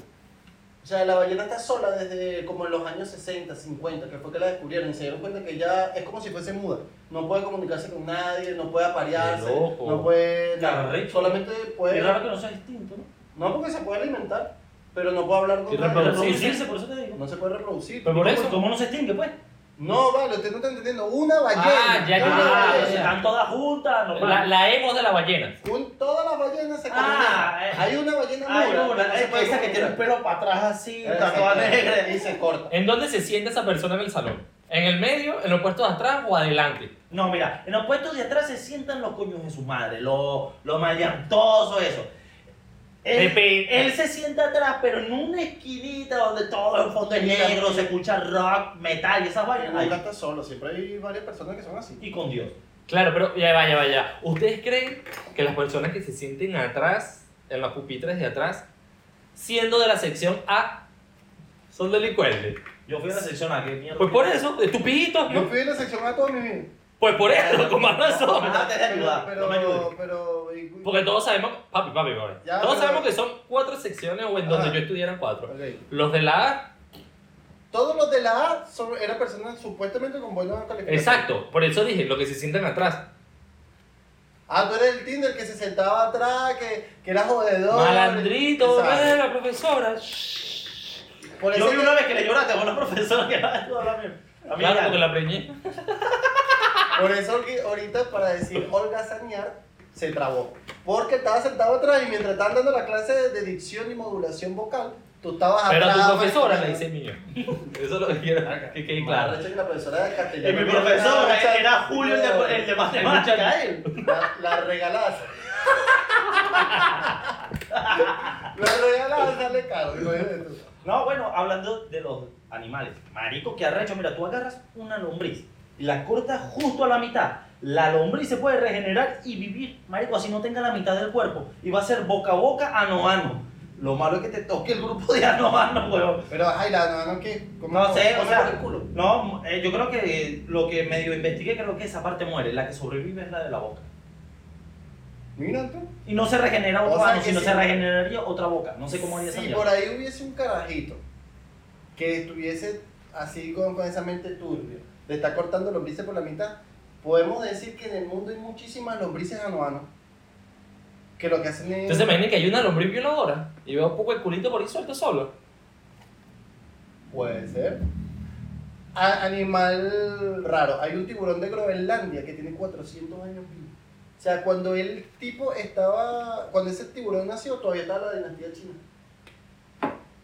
Speaker 1: O sea, la ballena está sola desde como en los años 60, 50, que fue que la descubrieron y se dieron cuenta que ya es como si fuese muda. No puede comunicarse con nadie, no puede aparearse,
Speaker 2: Qué loco.
Speaker 1: no puede...
Speaker 3: Qué
Speaker 1: nada.
Speaker 3: arrecho.
Speaker 1: Solamente puede...
Speaker 3: Es raro que no sea distinto, ¿no?
Speaker 1: No, porque se puede alimentar, pero no puede hablar
Speaker 2: Y
Speaker 1: nadie.
Speaker 2: Pero reproducir.
Speaker 3: Reproducirse, por eso te digo.
Speaker 1: No se puede reproducir.
Speaker 2: Pero por
Speaker 3: ¿Cómo-
Speaker 2: eso.
Speaker 3: ¿Cómo no se extingue, pues?
Speaker 1: No, vale, usted no está entendiendo. Una ballena.
Speaker 2: Ah, ya,
Speaker 1: una
Speaker 2: ya,
Speaker 3: Ah,
Speaker 1: ballena.
Speaker 2: ya, ya.
Speaker 3: están todas juntas, normal.
Speaker 2: La, la hemos de la ballena.
Speaker 1: Un- todas las ballenas se
Speaker 3: Ah,
Speaker 1: comunican.
Speaker 3: eh.
Speaker 1: Hay una ballena
Speaker 3: Ay,
Speaker 1: muda,
Speaker 3: no,
Speaker 1: no
Speaker 3: la-
Speaker 1: se puede
Speaker 3: esa que tiene el
Speaker 1: comunicar.
Speaker 3: pelo para atrás así,
Speaker 1: Exacto.
Speaker 3: está toda negra.
Speaker 1: Y se corta.
Speaker 2: ¿En dónde se sienta esa persona en el salón? ¿En el medio, en los puestos de atrás o adelante?
Speaker 3: No, mira, en los puestos de atrás se sientan los coños de su madre, los, los maleantosos, eso. Él,
Speaker 2: Depende.
Speaker 3: él se sienta atrás, pero en una esquinita donde todo el fondo es negro, se escucha rock, metal y esas vainas.
Speaker 1: Nunca
Speaker 3: Ay,
Speaker 1: está solo, siempre hay varias personas que son así.
Speaker 3: Y con Dios.
Speaker 2: Claro, pero ya vaya, vaya. ¿Ustedes creen que las personas que se sienten atrás, en las pupitres de atrás, siendo de la sección A, son delincuentes?
Speaker 3: Yo fui a la sección A, que mierda.
Speaker 2: Pues por eso, estupiditos,
Speaker 1: Yo
Speaker 2: ¿no?
Speaker 1: fui en la sección A toda mi vida.
Speaker 2: Pues por eso, con más razón.
Speaker 3: Trate de ayudar,
Speaker 1: pero,
Speaker 3: no me ayudes.
Speaker 1: pero, y-
Speaker 2: Porque todos sabemos, papi, papi, papi.
Speaker 1: Ya,
Speaker 2: todos
Speaker 1: pero-
Speaker 2: sabemos que son cuatro secciones o en donde
Speaker 1: Ajá.
Speaker 2: yo estudiara cuatro.
Speaker 1: Ok.
Speaker 2: Los de la A,
Speaker 1: Todos los de la A son- eran personas supuestamente con buenas calificaciones.
Speaker 2: exacto. Por eso dije, los que se sientan atrás.
Speaker 1: Ah, tú eres el Tinder que se sentaba atrás, que, que era jodedor.
Speaker 2: Malandrito,
Speaker 1: Exacto.
Speaker 2: ve, la profesora.
Speaker 1: Por
Speaker 3: Yo
Speaker 1: eso
Speaker 3: vi una vez que le lloraste a una (laughs) profesora que va a ayudar a mí. A mí
Speaker 2: Claro,
Speaker 3: ya.
Speaker 2: porque la preñé.
Speaker 1: Por eso que ahorita para decir Olga Sañar se trabó. Porque estaba sentado atrás y mientras estaban dando la clase de, de dicción y modulación vocal, tú estabas
Speaker 2: Pero a
Speaker 1: atrás.
Speaker 2: tu profesora le dice mío. Eso es lo que quiero que quede
Speaker 1: Claro,
Speaker 2: claro.
Speaker 1: de hecho, la profesora de
Speaker 3: Y
Speaker 1: castellano. Ah,
Speaker 3: mi profesor
Speaker 1: Era-
Speaker 3: era Julio el de, el de matemática, él.
Speaker 1: La, la
Speaker 3: (laughs)
Speaker 1: regalaza. la regalaza, le cago. imagínate tú.
Speaker 3: No, bueno, hablando de los animales. Marico, que arrecho. Mira, tú agarras una lombriz y la cortas justo a la mitad. La lombriz se puede regenerar y vivir, marico, así no tenga la mitad del cuerpo. Y va a ser boca a boca, ano a ano. Lo malo es que te toque el grupo de ano a ano, huevón.
Speaker 1: Pero, ay, la no, no, ¿qué? ¿Cómo-
Speaker 3: No sé, o
Speaker 1: cómo
Speaker 3: sea,
Speaker 1: por el culo?
Speaker 3: No, eh, yo creo que lo que medio investigué, creo que esa parte muere. La que sobrevive es la de la boca.
Speaker 1: Mira tú.
Speaker 3: Y no se regenera otro
Speaker 1: O sea
Speaker 3: ano,
Speaker 1: que
Speaker 3: sino
Speaker 1: si-
Speaker 3: se regeneraría otra boca. No sé cómo haría esa
Speaker 1: Si
Speaker 3: mierda.
Speaker 1: por ahí hubiese un carajito que estuviese así con, con esa mente turbia, le está cortando lombrices por la mitad, podemos decir que en el mundo hay muchísimas lombrices anuanas que lo que hacen es...
Speaker 2: Entonces imaginen que hay una lombriz violadora y veo un poco el culito por ahí suelto solo.
Speaker 1: Puede ser. A- animal raro. Hay un tiburón de Groenlandia que tiene 400 años vivo. O sea, cuando el tipo estaba. Cuando ese tiburón nació, todavía estaba la dinastía china.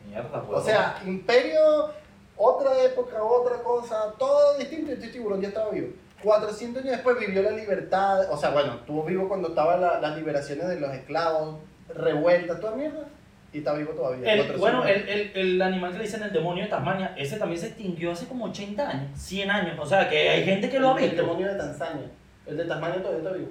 Speaker 3: Mierda,
Speaker 1: O
Speaker 3: huevón.
Speaker 1: sea, imperio, otra época, otra cosa, todo distinto. Y este tiburón ya estaba vivo. 400 años después vivió la libertad. O sea, bueno, estuvo vivo cuando estaban la- las liberaciones de los esclavos, revueltas, toda mierda. Y está vivo todavía.
Speaker 3: El-
Speaker 1: 400
Speaker 3: bueno,
Speaker 1: años.
Speaker 3: el, el- el animal que le dicen el demonio de Tasmania, ese también se extinguió hace como 80 años, 100 años. O sea, que eh, hay gente que lo ha
Speaker 1: El
Speaker 3: visto.
Speaker 1: demonio de Tanzania. El de Tasmania todavía está vivo.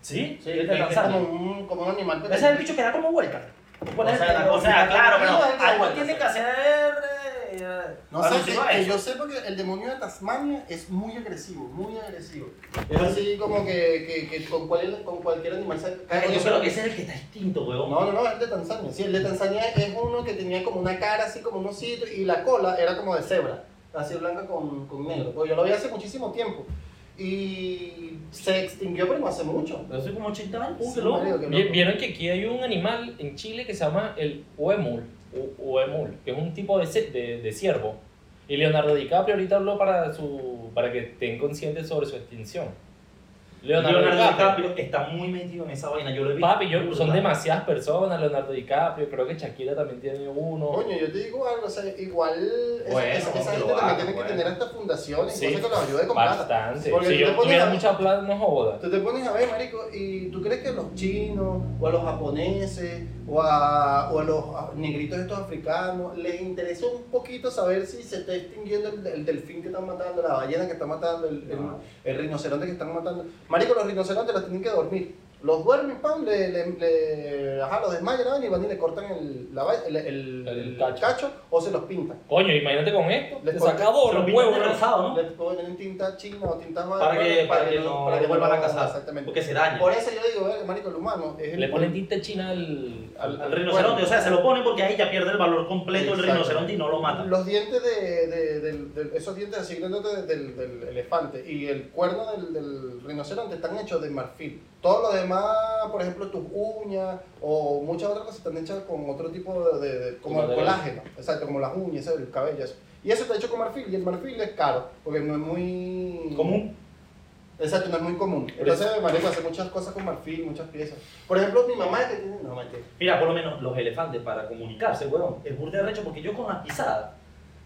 Speaker 3: ¿Sí?
Speaker 1: Sí,
Speaker 3: el
Speaker 1: es
Speaker 3: de Tanzania.
Speaker 1: como un, como un animal.
Speaker 3: Ese es el bicho que da como vuelta.
Speaker 1: O sea,
Speaker 3: Bueno, o sea,
Speaker 1: no,
Speaker 3: claro,
Speaker 1: no,
Speaker 3: pero
Speaker 1: no, no,
Speaker 3: algo
Speaker 1: no,
Speaker 3: tiene
Speaker 1: no,
Speaker 3: que hacer. eh, eh,
Speaker 1: No sé, que,
Speaker 3: alusivo a
Speaker 1: que
Speaker 3: eso.
Speaker 1: yo sé porque el demonio de Tasmania es muy agresivo, muy agresivo. Es así como que, que, que con, cual- con cualquier animal se
Speaker 3: Ay,
Speaker 1: cae.
Speaker 3: Yo creo que ese es el que está extinto, huevón.
Speaker 1: No, no, no, es el de Tanzania. Sí, el de Tanzania es uno que tenía como una cara así, como un osito, y la cola era como de cebra, así blanca con, con negro. Pues yo lo vi hace muchísimo tiempo. Y se extinguió, pero no hace mucho.
Speaker 3: Pero Hace como 80 años.
Speaker 1: Sí,
Speaker 3: Uh, qué loco.
Speaker 1: marico, qué
Speaker 2: Vi-
Speaker 1: loco.
Speaker 2: Vieron que aquí hay un animal en Chile que se llama el huemul, u- huemul, que es un tipo de, ce- de, de ciervo. Y Leonardo DiCaprio ahorita habló para, su, para que estén conscientes sobre su extinción. Leonardo,
Speaker 3: Leonardo
Speaker 2: DiCaprio.
Speaker 3: DiCaprio está muy metido en esa vaina. Yo lo he visto.
Speaker 2: Papi, yo, son
Speaker 3: Brutal.
Speaker 2: demasiadas personas, Leonardo DiCaprio, creo que Shakira también tiene uno.
Speaker 1: Coño, yo te digo algo, o sea, igual esa-
Speaker 3: Bueno,
Speaker 1: esa, esa
Speaker 3: que
Speaker 1: gente
Speaker 3: lo pues.
Speaker 1: también
Speaker 3: haga,
Speaker 1: tiene
Speaker 3: bueno.
Speaker 1: que tener hasta fundaciones,
Speaker 2: Sí,
Speaker 1: cosas que los ayude con plata.
Speaker 2: Bastante.
Speaker 1: Porque
Speaker 2: Si
Speaker 1: tú te
Speaker 2: yo
Speaker 1: pones
Speaker 2: tuviera
Speaker 1: a-
Speaker 2: mucha plata, no joda.
Speaker 1: Tú te pones a ver, marico, y tú crees que a los chinos, o a los japoneses, o a, o a los a- negritos estos africanos, les interesa un poquito saber si se está extinguiendo el, el delfín que están matando, la ballena que están matando, el, el-
Speaker 3: No.
Speaker 1: el rinoceronte que están matando. Marico, los rinocerontes los tienen que dormir. Los duermen, pam, le, le, le- ajá, los desmayan la vaina, y van y le cortan el, la va- el, el-
Speaker 2: El
Speaker 1: el
Speaker 2: cacho.
Speaker 1: cacho o se los pintan.
Speaker 2: Coño, imagínate con esto.
Speaker 1: Les
Speaker 2: Te
Speaker 1: corté-
Speaker 2: saca dos
Speaker 3: Se lo
Speaker 2: los
Speaker 3: pintan de
Speaker 2: huevos.
Speaker 3: rosado, Ah, ¿no?
Speaker 1: Le ponen tinta china o tinta
Speaker 3: Para que, para que no, vuelvan a casar.
Speaker 1: Exactamente.
Speaker 3: Porque se dañan.
Speaker 1: Por eso yo digo, eh, marico, el humano es el
Speaker 2: Le ponen tinta china al,
Speaker 3: Al,
Speaker 2: al-
Speaker 3: al rinoceronte. o sea, se lo ponen porque ahí ya pierde el valor completo el
Speaker 1: Exacto.
Speaker 3: rinoceronte y no lo matan.
Speaker 1: Los dientes de, de- del- del- esos dientes así grandotes del, del elefante y el cuerno del, del rinoceronte están hechos de marfil. Todo lo demás, por ejemplo, tus uñas o muchas otras cosas están hechas con otro tipo de, de- de- como
Speaker 2: Como
Speaker 1: el
Speaker 2: de-
Speaker 1: colágeno, exacto, como las uñas, el cabello, eso. Y eso está hecho con marfil y el marfil es caro porque no es muy
Speaker 3: Común.
Speaker 1: Exacto, no es muy común.
Speaker 2: Por eso.
Speaker 1: Entonces, marico, hace muchas cosas con marfil, muchas piezas. Por ejemplo, mi mamá que tiene, no, mentira.
Speaker 3: Mira, por lo menos los elefantes para comunicarse, huevón, es burda de recho porque yo con las pisadas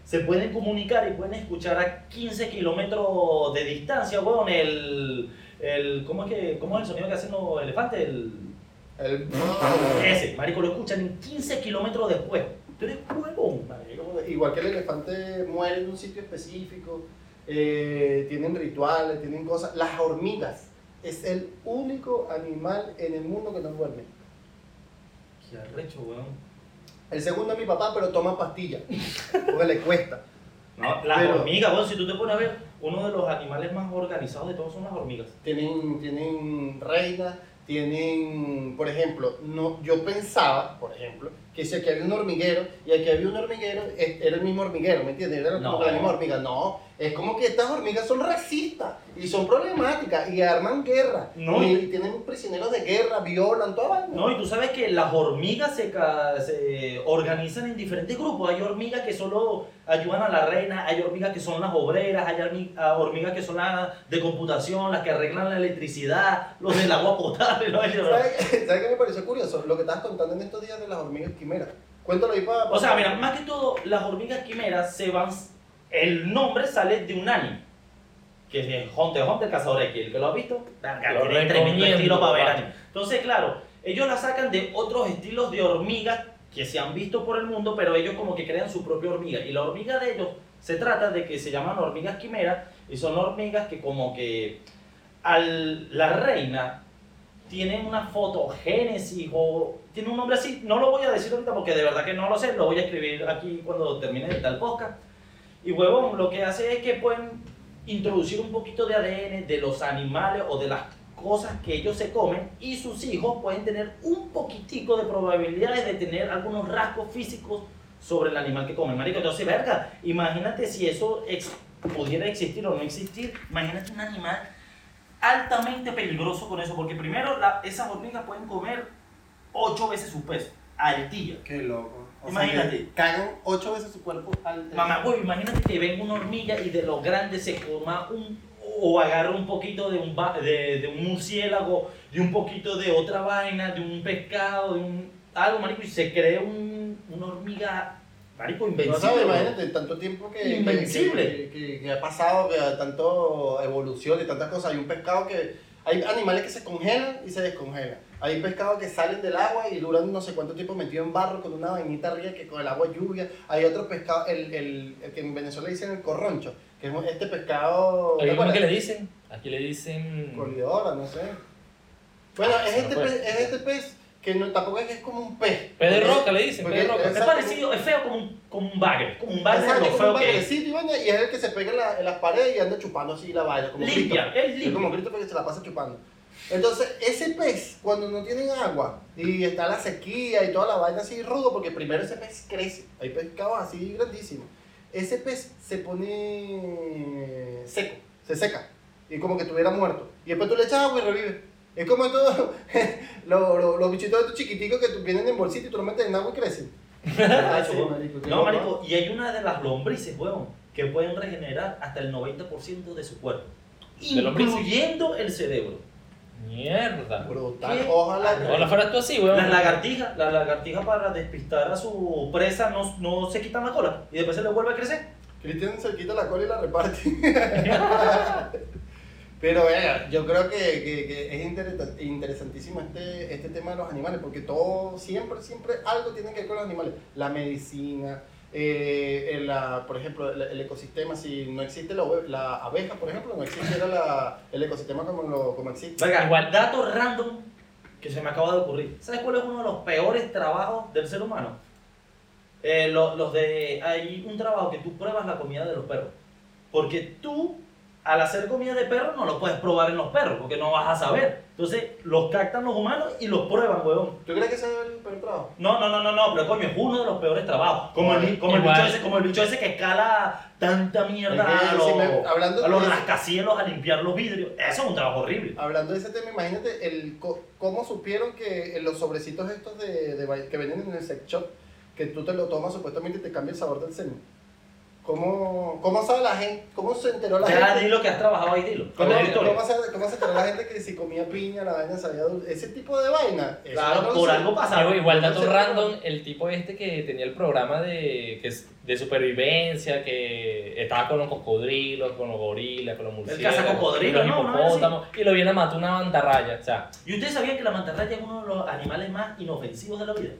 Speaker 3: se pueden comunicar y pueden escuchar a 15 kilómetros de distancia, huevón, el, el ¿cómo es que cómo es el sonido que hacen los elefantes? El
Speaker 2: (laughs)
Speaker 1: El...
Speaker 3: ese, marico, lo escuchan en 15 kilómetros después. Tú eres huevón, marico.
Speaker 1: Igual que el elefante muere en un sitio específico, eh, tienen rituales, tienen cosas. Las hormigas es el único animal en el mundo que no duerme.
Speaker 3: Qué arrecho, huevón.
Speaker 1: El segundo es mi papá, pero toma pastillas, porque le cuesta.
Speaker 3: No, las
Speaker 1: Pero-
Speaker 3: hormigas, huevón, si tú te pones a ver, uno de los animales más organizados de todos son las hormigas.
Speaker 1: Tienen, tienen reinas, tienen, por ejemplo, no, yo pensaba, por ejemplo, que si aquí había un hormiguero y aquí había un hormiguero, es- era el mismo hormiguero, ¿me entiendes? Era como
Speaker 3: No.
Speaker 1: que la misma hormiga. No, es como que estas hormigas son racistas y son problemáticas y arman guerra.
Speaker 3: No,
Speaker 1: y, tienen prisioneros de guerra, violan, toda vaina.
Speaker 3: No, y tú sabes que las hormigas se, ca- se organizan en diferentes grupos. Hay hormigas que solo ayudan a la reina, hay hormigas que son las obreras, hay hormi- ah, hormigas que son las de computación, las que arreglan la electricidad, los del agua potable. ¿no?
Speaker 1: ¿Sabes sabes qué (laughs) me pareció curioso? Lo que estabas contando en estos días de las hormigas quimeras. Cuéntalo ahí para...
Speaker 3: O sea, mira, más que todo, las hormigas quimeras se van. El nombre sale de un anime. Que es el Hunter x Hunter, Cazador X. El que lo ha visto, verga,
Speaker 2: Lo
Speaker 3: tiene tremendo
Speaker 2: recomiendo,
Speaker 3: estilo para ver
Speaker 2: papá.
Speaker 3: anime. Entonces, claro, ellos la sacan de otros estilos de hormigas que se han visto por el mundo, pero ellos como que crean su propia hormiga. Y la hormiga de ellos se trata de que se llaman hormigas quimeras y son hormigas que como que al, la reina tiene una fotogénesis o tiene un nombre así, no lo voy a decir ahorita porque de verdad que no lo sé, lo voy a escribir aquí cuando termine de tal podcast. Y huevón, lo que hace es que pueden introducir un poquito de ADN de los animales o de las cosas que ellos se comen y sus hijos pueden tener un poquitico de probabilidades de tener algunos rasgos físicos sobre el animal que comen. Marico, entonces, verga, imagínate si eso ex- pudiera existir o no existir. Imagínate un animal altamente peligroso con eso, porque primero la- esas hormigas pueden comer ocho veces su peso al día.
Speaker 1: Qué loco.
Speaker 3: Imagínate.
Speaker 1: que cagan ocho veces su cuerpo al.
Speaker 3: Mamá, güey, imagínate que venga una hormiga y de lo grande se coma un o agarra un poquito de un va- de, de un murciélago, de un poquito de otra vaina, de un pescado, de un algo, marico, y se cree un, una hormiga, marico,
Speaker 1: No
Speaker 3: invencible.
Speaker 1: sabes,
Speaker 3: güey.
Speaker 1: imagínate, tanto tiempo que, que-
Speaker 3: Invencible.
Speaker 1: Que, que- que ha pasado, que ha- tanto evolución y tantas cosas. Hay un pescado que. Hay animales que se congelan y se descongelan. Hay pescados que salen del agua y duran no sé cuánto tiempo metido en barro con una vainita arriba que con el agua lluvia. Hay otros pescados, el, el, el que en Venezuela dicen el corroncho, que es este pescado. ¿te
Speaker 2: Hay uno
Speaker 1: acuerdas?
Speaker 2: que le dicen, aquí le dicen...
Speaker 1: Coleodora, no sé. Bueno, es
Speaker 2: se me
Speaker 1: este,
Speaker 2: fue.
Speaker 1: pez, es este pez que no, tampoco es que es como un pez.
Speaker 2: Pez de
Speaker 1: Porque-
Speaker 2: roca le dicen, pez de
Speaker 1: porque-
Speaker 2: roca.
Speaker 3: Es parecido, es feo como un, como un bagre, como un bagre,
Speaker 1: Exacto,
Speaker 3: lo
Speaker 1: es como
Speaker 3: feo
Speaker 1: un
Speaker 3: que es.
Speaker 1: bagrecito y vaina, y es el que se pega en, la- en las paredes y anda chupando así la vaina. Como
Speaker 3: Limpia,
Speaker 1: Cristo.
Speaker 3: es
Speaker 1: Es como
Speaker 3: limpia.
Speaker 1: Cristo porque se la pasa chupando. Entonces, ese pez, cuando no tienen agua y está la sequía y toda la vaina así rudo, porque primero ese pez crece, hay pescados así grandísimos. Ese pez se pone seco, se seca, y como que estuviera muerto. Y después tú le echas agua y revive. Es como todo, (laughs) los, los, los bichitos de estos chiquiticos que tú- vienen en bolsita y tú los metes en agua y
Speaker 3: (laughs)
Speaker 1: crecen. Ah, sí, marico, qué
Speaker 3: No,
Speaker 1: loco,
Speaker 3: marico, y hay una de las lombrices, huevón, que pueden regenerar hasta el 90% de su cuerpo,
Speaker 2: ¿De lombrices?
Speaker 3: incluyendo el cerebro.
Speaker 2: Mierda.
Speaker 1: Brutal.
Speaker 3: ¿Qué?
Speaker 1: Ojalá. que-
Speaker 2: Ojalá fueras tú así, weón.
Speaker 3: Las lagartijas, las lagartijas para despistar a su presa no, no se quitan la cola y después se le vuelve a crecer.
Speaker 1: Cristian se quita la cola y la reparte. (laughs) Pero venga, yo creo que, que- que es interesa- interesantísimo este, este tema de los animales, porque todo, siempre, siempre algo tiene que ver con los animales. La medicina, eh, el, la- por ejemplo, el, el ecosistema, si no existe la, ove- la abeja, por ejemplo, no existiera la- el ecosistema como, lo, como existe.
Speaker 3: Verga,
Speaker 2: Igual.
Speaker 3: dato random que se me acaba de ocurrir. ¿Sabes cuál es uno de los peores trabajos del ser humano? Eh, lo- los de hay un trabajo que tú pruebas la comida de los perros. Porque tú al hacer comida de perro no lo puedes probar en los perros porque no vas a saber. Entonces los captan los humanos y los prueban, huevón.
Speaker 1: ¿Tú crees que ese es el peor trabajo?
Speaker 3: No, no, no, no, no, pero coño, es uno de los peores trabajos. Como el, como el
Speaker 2: Igual.
Speaker 3: bicho ese, como el bicho ese que escala tanta mierda
Speaker 1: Es que
Speaker 3: a,
Speaker 1: si
Speaker 3: los-
Speaker 1: me- hablando
Speaker 3: a los
Speaker 1: de-
Speaker 3: rascacielos a limpiar los vidrios. Eso es un trabajo horrible.
Speaker 1: Hablando de ese tema, imagínate el co- cómo supieron que eh, los sobrecitos estos de, de vai- que venden en el sex shop, que tú te lo tomas supuestamente y te cambia el sabor del semen. ¿Cómo, cómo sabe la gente? ¿Cómo se enteró la
Speaker 3: Ya
Speaker 1: gente?
Speaker 3: dilo que has trabajado ahí, dilo.
Speaker 1: ¿Cómo,
Speaker 3: Cuenta la
Speaker 1: cómo
Speaker 3: historia.
Speaker 1: se, cómo se enteró la gente que si comía piña, la vaina sabía dulce? Ese tipo de vaina. Eso no
Speaker 3: Claro,
Speaker 1: lo
Speaker 3: por
Speaker 1: sé.
Speaker 3: algo pasa.
Speaker 2: Pero igual dato
Speaker 1: Entonces,
Speaker 2: random, el tipo este que tenía el programa de, que es- de supervivencia, que estaba con los cocodrilos, con los gorilas, con los murciélagos,
Speaker 3: cazacocodrilo,
Speaker 2: con los
Speaker 3: ¿no? Una vez
Speaker 2: hipopótamos, y lo viene a matar una mantarraya, o sea,
Speaker 3: ¿Y ustedes sabían que la mantarraya es uno de los animales más inofensivos de la vida?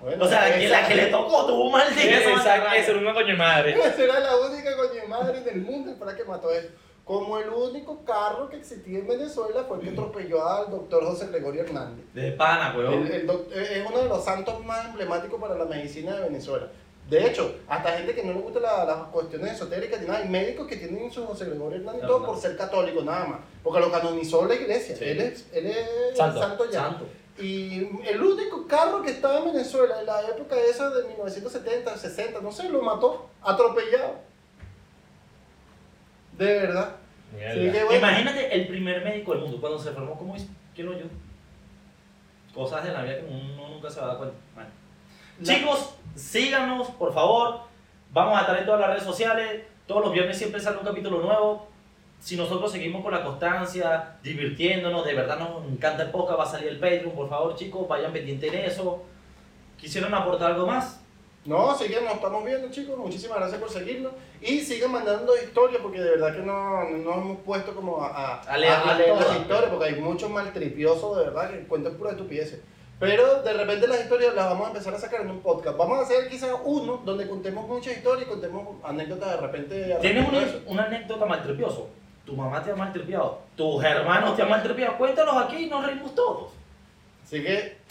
Speaker 1: Bueno,
Speaker 3: O sea, que la que le tocó tuvo un mal día.
Speaker 2: esa-
Speaker 3: esa
Speaker 2: esa-
Speaker 3: mantarraya.
Speaker 2: esa era una coño de madre.
Speaker 1: Esa era la única coño madre del mundo para que mató eso. Como el único carro que existía en Venezuela fue el que atropelló al doctor José Gregorio Hernández.
Speaker 3: De pana,
Speaker 1: El-
Speaker 3: weón.
Speaker 1: el doc- eh, es uno de los santos más emblemáticos para la medicina de Venezuela. De hecho, hasta gente que no le gusta la- las cuestiones esotéricas, ni nada, hay médicos que tienen su José Gregorio Hernández y todo por ser católico nada más, porque lo canonizó la iglesia,
Speaker 2: Sí.
Speaker 1: él es, él es santo.
Speaker 2: Santo.
Speaker 1: ya.
Speaker 3: Santo.
Speaker 1: Y el único carro que estaba en Venezuela en la época esa de 1970, 60, no sé, lo mató, atropellado. De verdad.
Speaker 2: Mierda.
Speaker 1: Así que, bueno,
Speaker 3: Imagínate el primer médico del mundo cuando se enfermó, ¿cómo hizo? ¿Quién lo oyó? Cosas de la vida que uno nunca se va a dar cuenta. Bueno.
Speaker 1: la-
Speaker 3: Chicos, síganos, por favor. Vamos a estar en todas las redes sociales. Todos los viernes siempre sale un capítulo nuevo. Si nosotros seguimos con la constancia, divirtiéndonos, de verdad nos encanta el podcast, va a salir el Patreon, por favor, chicos, vayan pendientes en eso. ¿Quisieron aportar algo más?
Speaker 1: No, sí que nos estamos viendo, chicos. Muchísimas gracias por seguirnos. Y sigan mandando historias, porque de verdad que no, no hemos puesto como a, a-
Speaker 3: A leerlas
Speaker 1: a leer las
Speaker 3: todas.
Speaker 1: historias, porque hay muchos maltripiosos, de verdad, que cuentan pura estupideces. Pero de repente las historias las vamos a empezar a sacar en un podcast. Vamos a hacer quizás uno donde contemos muchas historias y contemos anécdotas de repente.
Speaker 3: ¿Tienes una,
Speaker 1: Eso.
Speaker 3: una anécdota maltripioso? ¿Tu mamá te ha maltripiado? ¿Tus hermanos te han maltripiado? Cuéntanos aquí y nos reímos todos.
Speaker 1: Así que.